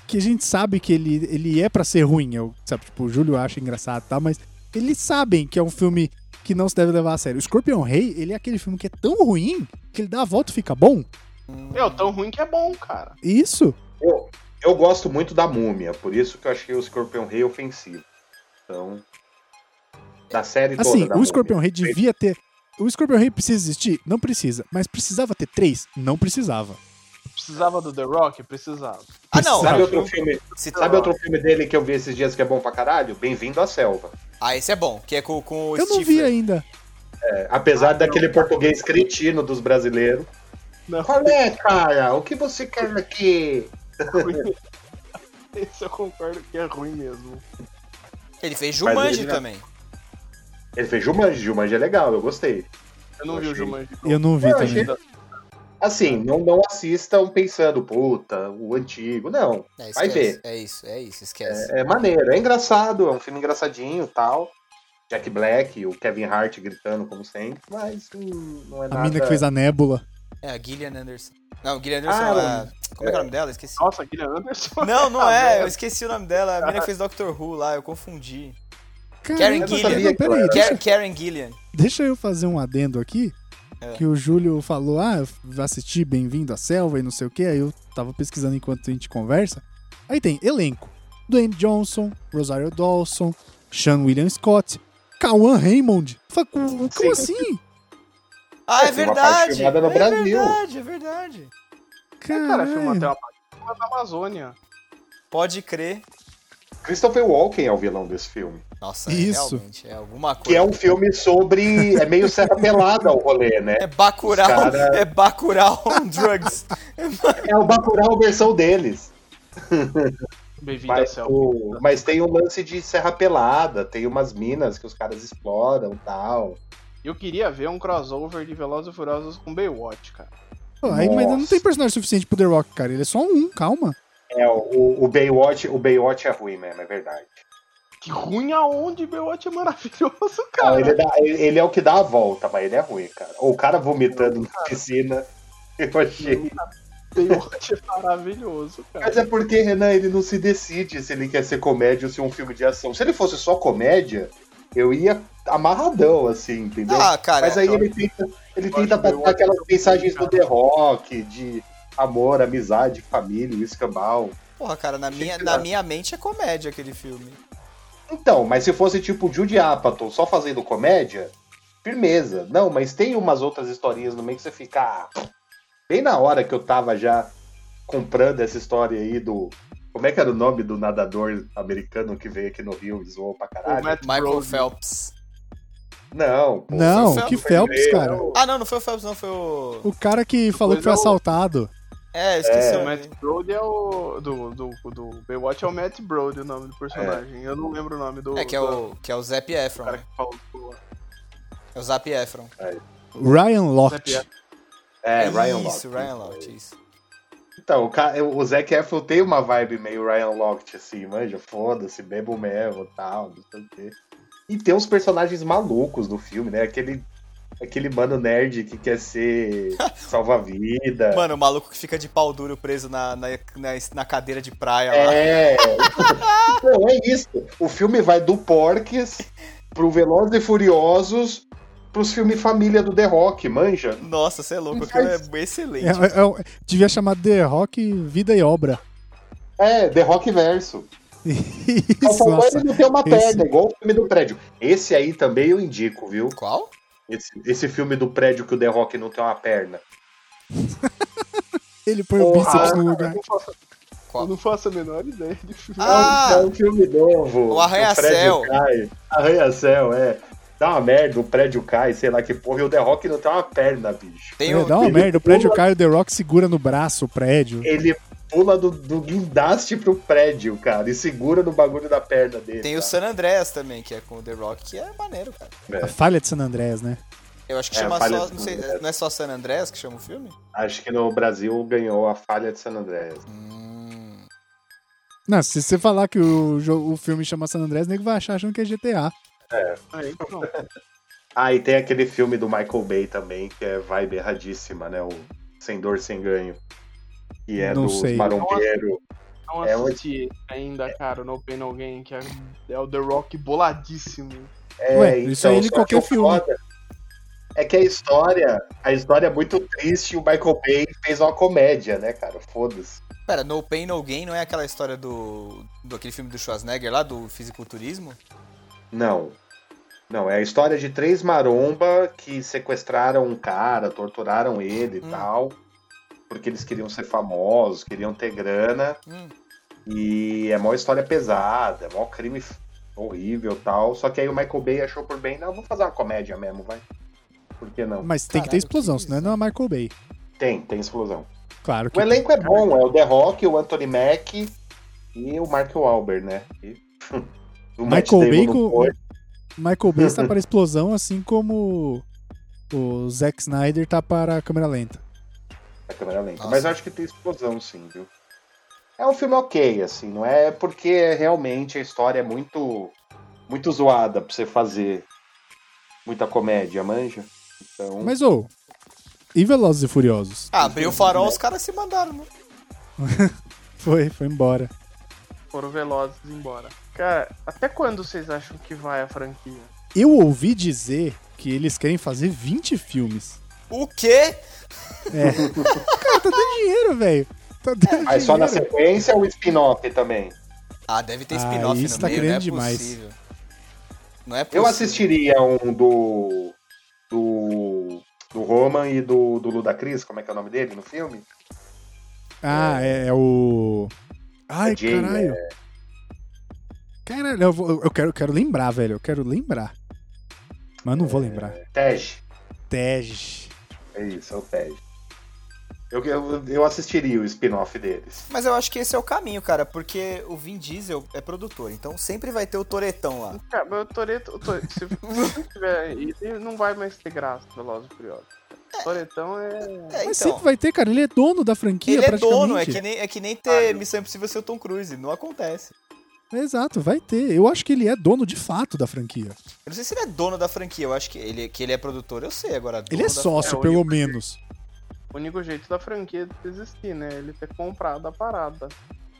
A: que a gente sabe que ele, ele é pra ser ruim. Eu, sabe, tipo, o Júlio acha engraçado e tal, mas eles sabem que é um filme que não se deve levar a sério. O Scorpion Rei, ele é aquele filme que é tão ruim que ele dá a volta e fica bom.
C: Meu, tão ruim que é bom, cara.
A: Isso.
B: Eu gosto muito da múmia, por isso que eu achei o Scorpion Rei ofensivo. Então. Da série toda.
A: Assim,
B: da
A: o
B: múmia.
A: Scorpion Rei devia ter. O Scorpion Rei precisa existir? Não precisa. Mas precisava ter três? Não precisava.
C: Precisava do The Rock? Precisava.
D: Ah, não.
B: Sabe outro filme,
D: Se
B: sabe outro filme dele que eu vi esses dias que é bom pra caralho? Bem-vindo à Selva.
D: Ah, esse é bom, que é com, com o
A: Eu não vi
D: Stifler.
A: ainda.
B: É, apesar daquele português cretino dos brasileiros.
C: Não.
B: Qual é, cara? O que você quer aqui?
C: Esse eu concordo que é ruim mesmo.
D: Ele fez
B: Mas
D: Jumanji
B: ele já-
D: também.
B: Ele fez Jumanji. Jumanji é legal, eu gostei.
C: Eu não
B: Eu
C: vi o
B: achei.
C: Jumanji.
A: Eu não vi
B: Eu
A: também.
B: achei- Assim, não, não assistam pensando, puta, o antigo. Não.
D: É,
B: Vai
D: esquece.
B: ver.
D: É isso, é isso, esquece.
B: É, é maneiro, é engraçado, é um filme engraçadinho tal. Jack Black, o Kevin Hart gritando, como sempre, mas hum, não é
A: A
B: nada.
A: mina que fez a nébula.
D: É, a Gillian Anderson. Não, Gillian Anderson,
B: Ah,
D: ela- como é, que é o nome dela? Esqueci.
C: Nossa, Guilherme Anderson.
D: Não, não
C: Ah,
D: é, eu
C: velho.
D: esqueci o nome dela. A
B: Ah.
D: menina que fez Doctor Who lá, eu confundi. Karen
A: Karen
D: Gillian.
A: Gillian.
B: É.
A: Peraí,
D: Karen,
A: deixa,
D: Karen Gillian.
A: deixa eu fazer um adendo aqui.
D: É.
A: Que o Júlio falou, ah, eu assisti Bem-vindo à Selva e não sei o que. Aí eu tava pesquisando enquanto a gente conversa. Aí tem elenco. Dwayne Johnson, Rosario Dawson, Sean William Scott, Kawan Raymond. Fa- Como
B: Sim.
A: assim?
D: Ah, é
B: tem uma parte
D: verdade.
B: filmada no
D: é
B: Brasil.
D: verdade, é verdade.
C: Cara, filma até
A: Caralho.
C: uma parte da Amazônia.
D: Pode crer.
B: Christopher Walken é o vilão desse filme.
D: Nossa,
A: Isso.
D: realmente, é alguma coisa.
B: Que é um filme sobre. É meio serra pelada o rolê, né?
D: É Bacurau,
B: Os cara-
D: é Bacurau on drugs.
B: É o Bacurau versão deles.
C: Bem-vindo ao
B: Mas,
C: céu.
B: o- mas tem um lance de serra pelada, tem umas minas que os caras exploram e tal.
C: Eu queria ver um crossover de Velozes e Furiosos com Baywatch, cara.
A: Pô, aí, mas não
B: Nossa.
A: tem personagem suficiente pro The Rock, cara. Ele é só um, calma.
B: É, o, o Baywatch, o Baywatch é ruim mesmo, é verdade.
C: Que ruim aonde Baywatch é maravilhoso,
B: Não,
C: cara.
B: ele, dá- ele- ele é o que dá a volta, mas ele é ruim, cara. Ou o cara vomitando na piscina. Eu achei.
C: Baywatch é maravilhoso, cara.
B: Mas é porque, Renan, ele não se decide se ele quer ser comédia ou se é um filme de ação. Se ele fosse só comédia, eu ia amarradão, assim, entendeu?
D: Ah, cara,
B: Mas aí ele tenta, ele
C: Eu
B: tenta
C: acho que eu
B: passar aquelas
C: acho que eu
B: mensagens do
C: vou
B: The Rock, de amor, amizade, família, o escambau.
D: porra, cara, na minha,
B: que
D: na
B: dá.
D: minha mente é comédia aquele filme.
B: Então, mas se fosse tipo o Judy Apatow só fazendo comédia, firmeza. Não, mas tem umas outras historinhas no meio que você fica... ah, Bem na hora que eu tava já comprando essa história aí do... Como é que era o nome do nadador americano que veio aqui no Rio e zoou pra
C: O
B: caralho?
C: Matt
D: Michael
B: né?
C: Brody.
D: Phelps.
B: Não, pô.
A: não,
D: foi o
A: que
B: Phelps,
A: Phelps,
B: primeiro.
A: cara.
D: Ah, não, não foi o Phelps, não, foi o...
A: O cara que falou que foi
C: é o-
A: assaltado.
D: É, esqueci
C: O
D: o
C: Matt
D: nome.
C: Brody é o. Do, do, do Baywatch é o Matt Brody, o nome do personagem. Eu não lembro o nome do.
D: É que é o, que é o Zac
C: do
D: Efron,
C: cara
D: né?
C: que falou. do-
D: É o Zac Efron.
A: Ryan Lott.
C: Zac
B: É, Ryan Locke.
D: Isso, Ryan Lott, isso.
B: Então, o, ca- o Zac Efron tem uma vibe meio Ryan Lochte, assim, manja, foda-se, bebo mesmo, tal, não sei o quê. E tem uns personagens malucos do filme, né? Aquele, aquele mano nerd que quer ser salva-vida.
D: Mano, o maluco que fica de pau duro preso na, na, na, na cadeira de praia lá.
B: É! Não, é isso. O filme vai do Porques pro Velozes e Furiosos pros filmes família do The Rock, manja.
D: Nossa, você é louco, aquilo é excelente.
A: É, é, é- devia chamar The Rock Vida e Obra.
B: É, The Rock verso. um Só
A: Isso,
B: faltou
A: nossa.
B: ele não ter uma
A: esse-
B: perna, igual o filme do prédio. Esse aí também eu indico, viu?
D: Qual?
B: Esse, esse filme do prédio que o The Rock não tem uma perna.
A: Ele põe o
B: Porra,
A: bíceps no
C: Eu
A: lugar.
C: não faço-
D: Qual?
C: Eu não faço a menor ideia de filme.
D: Ah!
B: É um filme novo. É um
D: O Arranha-Céu.
B: prédio cai. Arranha-céu, é. Dá uma merda, o prédio cai, sei lá que porra, e o The Rock não tem uma perna, bicho.
D: Tem
A: É,
D: um,
A: dá uma
B: ele
A: merda, o prédio
B: pula-
A: cai, o The Rock segura no braço o prédio.
B: Ele pula do, do guindaste pro prédio, cara, e segura no bagulho da perna dele.
D: tem o
B: cara.
D: San Andreas também, que é com o The Rock, que é maneiro, cara.
A: A falha de San Andreas, né?
D: Eu acho que
B: É,
D: chama
B: Falha
D: só.
B: do
D: Não, sei,
B: San Andreas.
D: não é só San Andreas que chama o filme?
B: Acho que no Brasil ganhou a falha de San Andreas.
D: Hum.
A: Não, se você falar que o, jo- o filme chama San Andreas, o nego vai achar achando que é GTA.
C: Aí, então.
B: Ah, e tem aquele filme do Michael Bay também, que é vibe erradíssima, né? O Sem Dor, Sem Ganho. Que é
A: Não
B: dos
A: sei.
B: marombeiros.
C: Não
B: É onde-
C: Então, assisti esse ainda, cara, no Open Alguém, que é, é o The Rock boladíssimo.
B: É,
A: Ué, isso aí de
B: só
A: qualquer
B: que o
A: filme.
B: foda É que a história, a história é muito triste e o Michael Bay fez uma comédia, né, cara? Foda-se.
D: Pera, No Pain No Gain não é aquela história do. do aquele filme do Schwarzenegger lá, do fisiculturismo?
B: Não. Não, é a história de três maromba que sequestraram um cara, torturaram ele e
D: Hum.
B: tal, porque eles queriam ser famosos, queriam ter grana,
D: Hum.
B: e é mó história pesada, é mó crime f- horrível e tal. Só que aí o Michael Bay achou por bem, não, vou fazer uma comédia mesmo, vai. Por que não?
A: Mas tem que ter
D: Caralho,
A: explosão,
D: que
A: senão não é Michael Bay.
B: Tem, tem explosão.
A: Claro que
B: O elenco é bom, é o The Rock, o Anthony Mack e o Mark Wahlberg, né? E... o Matt
A: Michael Bay
B: Damon né? Tipo, não
A: com-
B: foi.
A: Michael Bay está para explosão, assim como o Zack Snyder tá para a câmera lenta.
B: A câmera lenta.
D: Nossa.
B: Mas eu acho que tem explosão, sim, viu? É um filme ok, assim, não é porque realmente a história é muito, muito zoada pra você fazer muita comédia, manja? Então,
A: Mas, ô, e Velozes e Furiosos?
D: Ah, abriu o farol, os caras se mandaram, né?
A: Foi, foi embora.
C: Foram velozes embora. Cara, até quando vocês acham que vai a franquia?
A: Eu ouvi dizer que eles querem fazer 20 filmes.
D: O quê?
A: É. Cara, tá dando dinheiro, velho. Tá dando dinheiro.
B: aí só na sequência o spin-off também.
D: Ah, deve ter
A: Ah,
D: spin-off
A: isso
D: no
A: tá
D: meio, não é
A: grande demais.
D: possível. Não é possível.
B: Eu assistiria um do. do. do Roman e do, do Ludacris, como é que é o nome dele no filme?
A: Ah, é, é o... Ai,
B: Jay, é.
A: caralho. Caralho, eu, vou- eu quero, eu quero lembrar, velho. Eu quero lembrar. Mas eu não vou lembrar.
D: É.
B: Tej.
A: Tej.
B: É isso, é o Tej. Eu, eu, eu assistiria o spin-off deles.
D: Mas eu acho que esse é o caminho, cara, porque o Vin Diesel é produtor, então sempre vai ter o Toretão lá.
C: Cara, mas o Toreto, o Toreto se se não tiver aí, ele não vai mais ter graça, Velozes e Furiosos. O Toretão é...
D: É,
A: Mas
D: então,
A: sempre vai ter, cara. Ele é dono da franquia,
D: ele é
A: praticamente.
D: dono, é que nem, é que nem
B: Ah,
D: ter Missão Impossível ser o Tom Cruise, não acontece.
A: Exato, vai ter. Eu acho que ele é dono de fato da franquia.
D: Eu não sei se ele é dono da franquia, eu acho que ele, que ele é produtor, eu sei agora.
A: Ele é
D: dono da-
A: sócio,
C: é, o
A: pelo
C: Will Smith.
A: menos.
C: O único jeito da franquia desistir, né? Ele ter comprado a parada.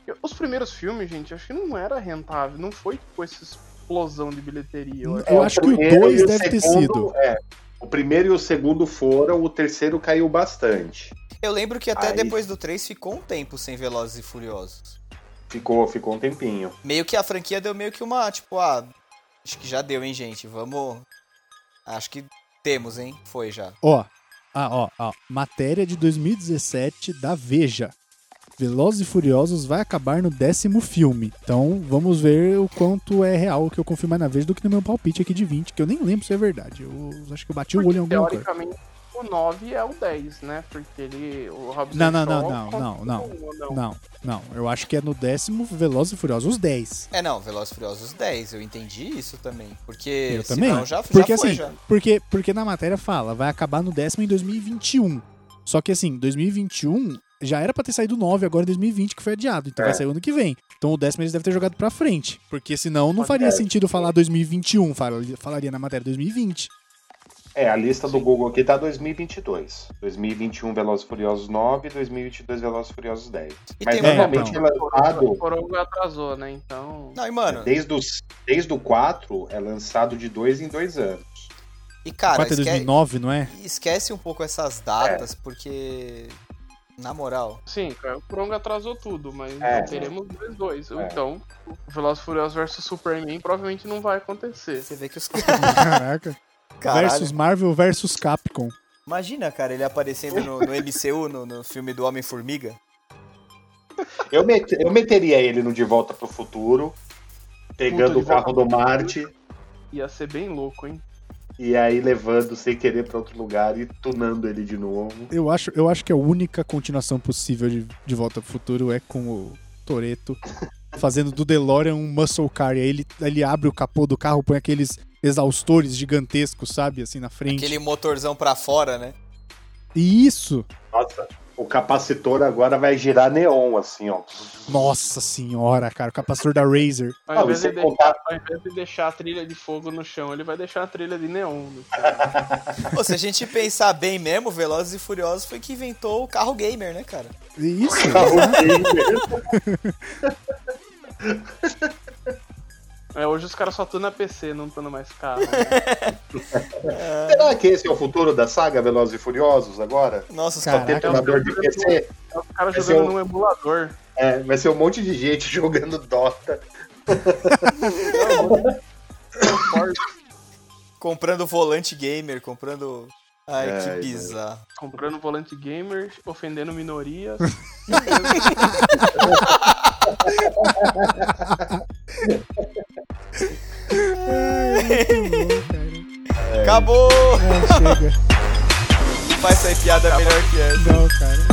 C: Eu- Os primeiros filmes, gente, acho que não era rentável. Não foi tipo essa explosão de bilheteria. Eu acho.
A: Eu
B: É,
A: acho que o
B: primeiro
A: dois
B: e o
A: deve ter
B: segundo,
A: sido.
B: é. o primeiro e o segundo foram, o terceiro caiu bastante.
D: Eu lembro que até
B: Aí.
D: depois do 3 ficou um tempo sem Velozes e Furiosos.
B: Ficou, ficou um tempinho.
D: Meio que a franquia deu meio que uma, tipo, ah, acho que já deu, hein, gente, vamos... Acho que temos, hein, foi já.
A: Ó, ah, ó, ó. Matéria de 2017 da Veja. Velozes e Furiosos vai acabar no décimo filme. Então, vamos ver o quanto é real o que eu confio mais na Veja do que no meu palpite aqui de 20, que eu nem lembro se é verdade. Eu acho que eu bati o olho em alguma coisa.
C: Teoricamente, o 9 é o 10, né? Porque ele. O Robson
A: Não, não,
C: Shaw
A: não, não, não, não,
C: continua, não.
A: Não, não. Eu acho que é no décimo Velozes e Furiosos 10.
D: É, não, Velozes e Furiosos 10, eu entendi isso também. Porque
A: Eu
D: senão
A: também.
D: já, já
A: Porque
D: foi,
A: assim,
D: já.
A: porque, porque na matéria fala, vai acabar no décimo em 2021. Só que assim, 2021 já era pra ter saído 9, agora é 2020 que foi adiado. Então
B: É.
A: vai sair ano que vem. Então o décimo eles devem ter jogado pra frente. Porque senão não faria
B: É.
A: sentido falar 2021, fala- falaria na matéria 2020.
B: É, a lista do Google aqui tá 2022. 2021 Velozes e Furiosos 9, 2022 Velozes e Furiosos 10.
D: E
B: Mas
D: tem
A: é,
D: uma...
B: normalmente
A: então.
B: é lançado
C: O Coronga atrasou, né? Então.
D: Não, e mano,
B: desde, os, desde o 4, é lançado de dois em dois anos.
D: e cara,
A: 4 é
D: esque...
A: 2009, não é?
D: esquece um pouco essas datas, porque... Na moral,
C: Sim, cara, o Coronga atrasou tudo, mas
B: É.
C: teremos dois dois.
B: É.
C: Então, o Velozes e Furiosos versus Superman provavelmente não vai acontecer.
D: você vê que os caras...
A: Caraca.
D: Caralho.
A: Versus Marvel versus Capcom.
D: Imagina, cara, ele aparecendo no, no MCU, no, no filme do Homem-Formiga.
B: Eu, met- eu meteria ele no De Volta pro Futuro, pegando
C: Puta,
B: o
C: De Volta
B: carro do Marte
C: Ia ser bem louco, hein?
B: e aí levando sem querer pra outro lugar e tunando ele de novo.
A: Eu acho, eu acho que a única continuação possível de, de Volta pro Futuro é com o Toreto fazendo do DeLorean um muscle car. E aí ele, ele abre o capô do carro, põe aqueles exaustores gigantescos, sabe? Assim na frente.
D: Aquele motorzão pra fora, né?
A: E isso!
B: Nossa, o capacitor agora vai girar neon, assim, ó.
A: Nossa senhora, cara, o capacitor da Razer.
C: Ao
B: Não,
C: invés
B: e sem
C: de deixar-
B: contar-
C: ao invés de deixar a trilha de fogo no chão, ele vai deixar a trilha de neon né? no chão.
D: Pô, se a gente pensar bem mesmo, Velozes e Furiosos foi que inventou o carro gamer, né, cara?
A: E Isso!
C: É, hoje os caras só tunam PC, não tunam mais carro.
B: Será que esse é o futuro da saga Velozes e Furiosos agora?
D: Nossa, os
A: Cara.
D: caras...
B: Ter emulador de PC?
C: É os caras
B: Mas
C: jogando
B: eu-
C: num emulador.
B: É, vai ser um monte de gente jogando Dota.
D: comprando volante gamer, comprando... Ai,
B: Ai,
D: que
B: velho.
D: bizarro.
C: comprando volante gamer, ofendendo minorias.
D: Acabou!
A: É, chega.
D: Vai sair piada melhor que essa.
A: Não, cara.